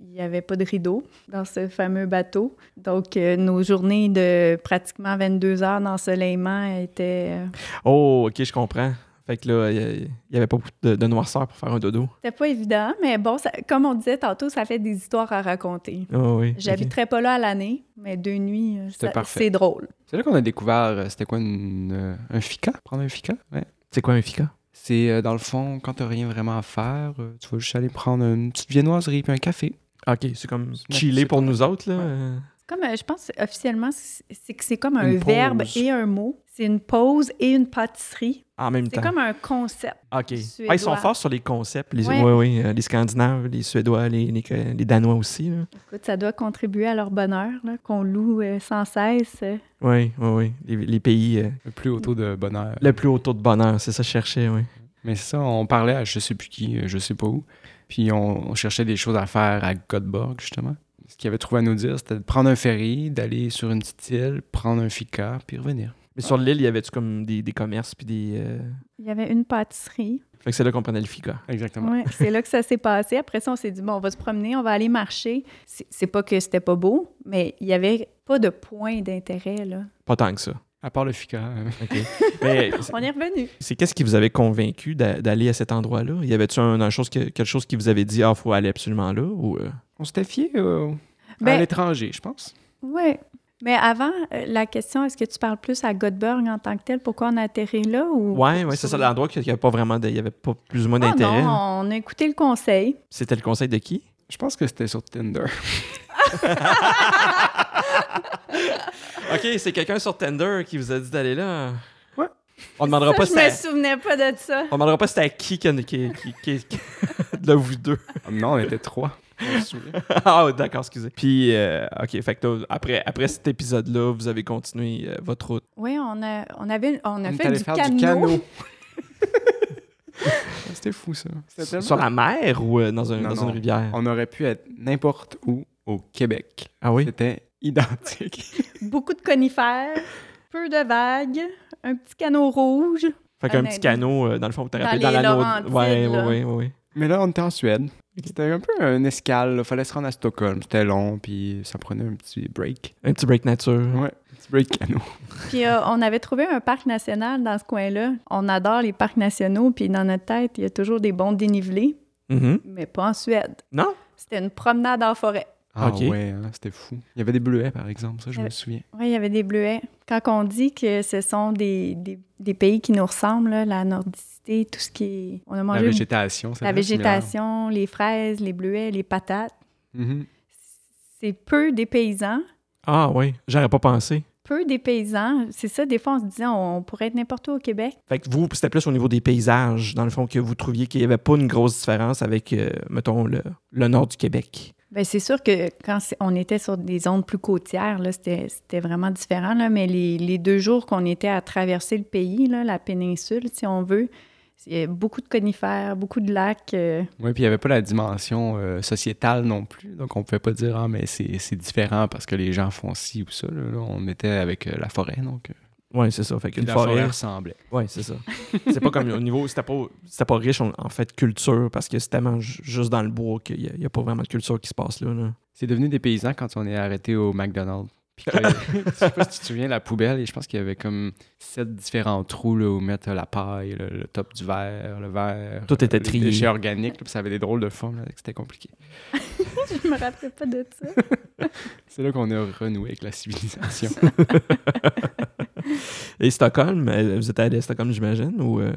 S2: Il n'y avait pas de rideau dans ce fameux bateau. Donc, euh, nos journées de pratiquement 22 heures d'ensoleillement étaient... euh,
S1: Oh, ok, je comprends. Fait que là, il n'y avait pas beaucoup de, de noirceur pour faire un dodo.
S2: C'était pas évident, mais bon, ça- comme on disait tantôt, ça fait des histoires à raconter.
S1: Ah oui.
S2: J'habiterai pas là à l'année, mais deux nuits, euh,
S3: C'était
S2: ça-
S3: parfait.
S2: c'est drôle.
S3: C'est là qu'on a découvert, euh, c'était quoi, une, euh, un fica? Prendre un fica? Ouais.
S1: ok. C'est quoi un fika?
S3: C'est euh, dans le fond, quand t'as rien vraiment à faire, euh, tu vas juste aller prendre une petite viennoiserie puis un café.
S1: Ok, c'est comme
S3: C'est-
S1: chiller
S3: c'est
S1: pour
S3: pas-
S1: nous autres, là.
S3: Ouais.
S1: euh.
S2: C'est Comme, euh, je pense officiellement, c'est c'est que c'est comme un
S3: Une pause.
S2: verbe et un mot. C'est une pause et une pâtisserie.
S1: En même
S2: C'est
S1: temps.
S2: comme un concept.
S1: OK.
S2: Suédois.
S1: Ah, ils sont forts sur les concepts. Les,
S2: Ouais.
S1: ouais, ouais, euh, les Scandinaves, les Suédois, les, les, les Danois aussi. là.
S2: Écoute, ça doit contribuer à leur bonheur, là, qu'on loue euh, sans cesse. euh.
S1: Oui, oui, oui. Les, les pays euh,
S3: Le plus haut taux de bonheur.
S1: le plus haut taux de bonheur, c'est ça que je cherchais, oui.
S3: Mais ça, on parlait à je sais plus qui, euh, je sais pas où. Puis on, on cherchait des choses à faire à Göteborg, justement. Ce qu'il avait trouvé à nous dire, c'était de prendre un ferry, d'aller sur une petite île, prendre un fica, puis revenir.
S1: Mais sur l'île, il y avait-tu comme des, des commerces puis des. euh,
S2: Il y avait une pâtisserie.
S1: Fait que c'est là qu'on prenait le fika.
S3: Exactement.
S2: Ouais, c'est là que ça s'est passé. Après ça, on s'est dit, bon, on va se promener, on va aller marcher. C'est c'est pas que c'était pas beau, mais il y avait pas de point d'intérêt, là.
S1: Pas tant que ça.
S3: À part le fica. euh,
S1: OK. Mais euh, c'est-
S2: On est revenu.
S1: c'est qu'est-ce qui vous avait convaincu d'a- d'aller à cet endroit-là? Y avait-tu un, un chose que- quelque chose qui vous avait dit, ah, faut aller absolument là? Ou, euh,
S3: on s'était fié euh, à
S2: Ben-
S3: l'étranger, je pense.
S2: Oui. Mais avant, euh, la question, est-ce que tu parles plus à Göteborg en tant que tel? Pourquoi on a atterri là? Ou...
S1: Ouais, ouais, c'est ça, l'endroit qu'il n'y avait pas vraiment, de- il y avait pas plus ou moins
S2: Ah
S1: d'intérêt.
S2: non, on a écouté le conseil.
S1: C'était le conseil de qui?
S3: Je pense que c'était sur Tinder.
S1: OK, c'est quelqu'un sur Tinder qui vous a dit d'aller là.
S3: Ouais.
S1: On demandera
S2: Ça,
S1: pas
S2: je me
S1: c'était
S2: souvenais pas de ça.
S1: on demandera pas c'était à qui qu'on- qui qui, qui- qui- de vous deux.
S3: Ah, non, on était trois. On se souvient.
S1: ah, d'accord, excusez. Puis euh, OK, fait que là, après après cet épisode là, vous avez continué euh, votre route.
S2: Oui, on a, on avait, on a
S3: On est
S2: fait
S3: allé
S2: du
S3: faire
S2: canot.
S3: C'était fou, ça. C'était
S1: Sur la mer ou euh, dans, un-
S3: Non,
S1: dans
S3: non.
S1: une rivière
S3: On aurait pu être n'importe où au Québec.
S1: Ah oui.
S3: C'était identique.
S2: Beaucoup de conifères, peu de vagues, un petit canot rouge.
S1: Fait qu'un petit
S2: Honnêtement.
S1: canot euh, dans le fond, vous t'es
S2: Dans
S1: rappelé dans
S2: les
S1: l'anneau.
S2: Laurentides,
S1: Ouais, ouais,
S2: là.
S1: ouais, ouais, ouais.
S3: Mais là, on était en Suède. C'était un peu un escale. Il fallait se rendre à Stockholm. C'était long, puis ça prenait un petit break.
S1: Un petit break nature.
S3: Ouais, un petit break canot.
S2: Puis euh, on avait trouvé un parc national dans ce coin-là. On adore les parcs nationaux, puis dans notre tête, il y a toujours des bons dénivelés,
S1: Mhm.
S2: mais pas en Suède.
S1: Non?
S2: C'était une promenade en forêt.
S3: Ah
S1: Ok.
S3: ouais, hein, c'était fou. Il y avait des bleuets, par exemple, ça, je
S2: Euh,
S3: me souviens.
S2: Oui, il y avait des bleuets. Quand on dit que ce sont des, des- des pays qui nous ressemblent, là, la nordicité, tout ce qui est... On a
S3: La
S2: mangé
S3: végétation, c'est
S2: la
S3: vrai, similaire.
S2: végétation, les fraises, les bleuets, les patates.
S3: Mhm.
S2: C'est peu des paysans.
S1: Ah oui, j'aurais pas pensé.
S2: Peu des paysans. C'est ça, des fois, on se disait, on pourrait être n'importe où au Québec.
S1: Fait que vous, c'était plus au niveau des paysages, dans le fond, que vous trouviez qu'il n'y avait pas une grosse différence avec, euh, mettons, le, le nord du Québec.
S2: Bien, Ben, c'est sûr que quand c'est- on était sur des zones plus côtières, là, c'était c'était vraiment différent. là, mais les, les deux jours qu'on était à traverser le pays, là, la péninsule, si on veut, il y a beaucoup de conifères, beaucoup de lacs. euh,
S3: Oui, puis il n'y avait pas la dimension euh, sociétale non plus. Donc, on ne pouvait pas dire, ah, mais c'est c'est différent parce que les gens font ci ou ça. Là, Là, on était avec euh, la forêt, donc. euh,
S1: Oui, c'est ça. Fait
S3: puis
S1: qu'une
S3: la forêt
S1: forêt.
S3: ressemblait.
S1: Oui, c'est ça. c'est pas comme au niveau. C'était pas, c'était pas riche en, en fait culture parce que c'est tellement ju- juste dans le bois qu'il n'y a, il y a pas vraiment de culture qui se passe là. là.
S3: C'est devenu des paysans quand on est arrêté au McDonald's. Puis que, je sais pas si tu te souviens, la poubelle, et je pense qu'il y avait comme sept différents trous là, où mettre la paille, le, le top du verre, le verre. euh,
S1: Tout était
S3: les
S1: trié.
S3: déchets organiques, là, puis ça avait des drôles de formes, là, c'était compliqué.
S2: Je me rappelle pas de ça.
S3: C'est là qu'on a renoué avec la civilisation.
S1: Et Stockholm, euh, vous êtes allé à Stockholm, j'imagine? Ou, euh,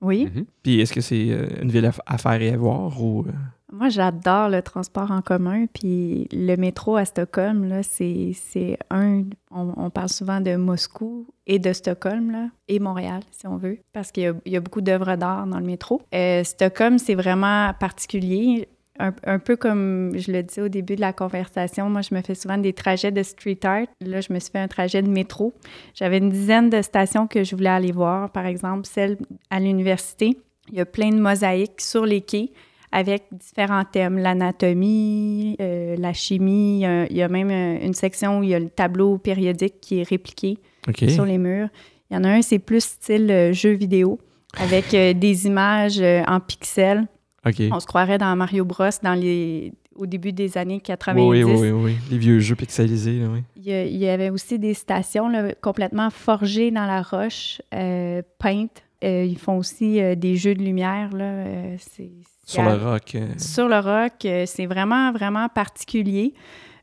S2: Oui.
S3: Mhm.
S1: Puis est-ce que c'est euh, une ville à, f- à faire et à voir? Ou, euh,
S2: Moi, j'adore le transport en commun, puis le métro à Stockholm, là, c'est c'est un... On, on parle souvent de Moscou et de Stockholm, là, et Montréal, si on veut, parce qu'il y a- il y, a beaucoup d'œuvres d'art dans le métro. Euh, Stockholm, c'est vraiment particulier. Un, un peu comme je le disais au début de la conversation, moi, je me fais souvent des trajets de street art. Là, je me suis fait un trajet de métro. J'avais une dizaine de stations que je voulais aller voir, par exemple, celle à l'université. Il y a plein de mosaïques sur les quais avec différents thèmes, l'anatomie, euh, la chimie. euh, il y a même euh, une section où il y a le tableau périodique qui est répliqué
S1: OK.
S2: sur les murs. Il y en a un, c'est plus style euh, jeu vidéo, avec euh, des images euh, en pixels.
S1: OK.
S2: On se croirait dans Mario Bros dans les... au début des années 90.
S1: Oui, oui, oui, oui, oui. Les vieux jeux pixelisés, là, oui.
S2: Il y, a- il y avait aussi des stations là, complètement forgées dans la roche, euh, peintes. Euh, ils font aussi euh, des jeux de lumière. Là, euh, c'est- c'est
S1: Sur
S2: à-
S1: le rock. euh,
S2: sur le rock, euh, c'est vraiment, vraiment particulier.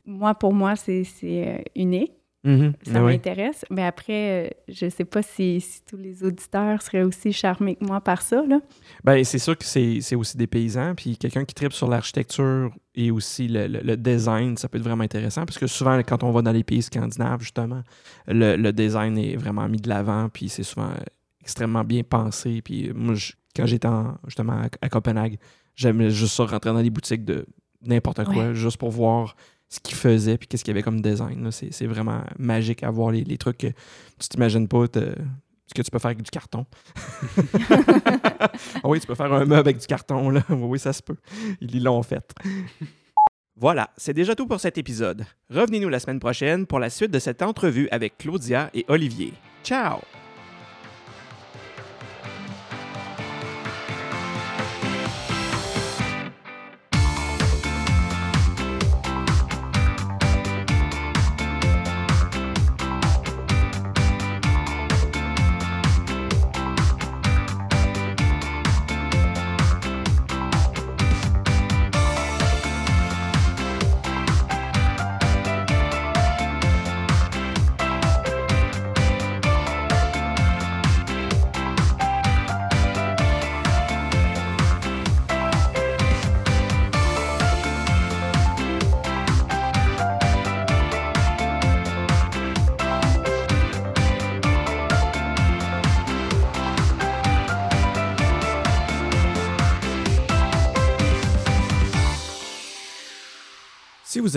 S2: Moi, pour moi, c'est c'est, euh, unique.
S1: mhm,
S2: Ça
S1: ah ouais.
S2: m'intéresse. Mais après, euh, je ne sais pas si, si tous les auditeurs seraient aussi charmés que moi par ça. Là.
S1: Ben, c'est sûr que c'est c'est aussi des paysans. Puis quelqu'un qui tripe sur l'architecture et aussi le, le- le design, ça peut être vraiment intéressant. Parce que souvent, quand on va dans les pays scandinaves, justement, le, le design est vraiment mis de l'avant. Puis c'est souvent euh, extrêmement bien pensé. Puis euh, moi, je- quand j'étais en- justement à, à Copenhague, j'aimais juste ça rentrer dans des boutiques de n'importe quoi, juste pour voir ce qu'ils faisaient puis qu'est-ce qu'il y avait comme design. là. C'est c'est vraiment magique à voir les, les trucs que tu t'imagines pas. te- Ce que tu peux faire avec du carton. Ah oui, tu peux faire un meuble avec du carton, là. Oui, Oui, ça se peut. Ils l'ont fait. Voilà, c'est déjà tout pour cet épisode. Revenez-nous la semaine prochaine pour la suite de cette entrevue avec Claudia et Olivier. Ciao!
S4: Si vous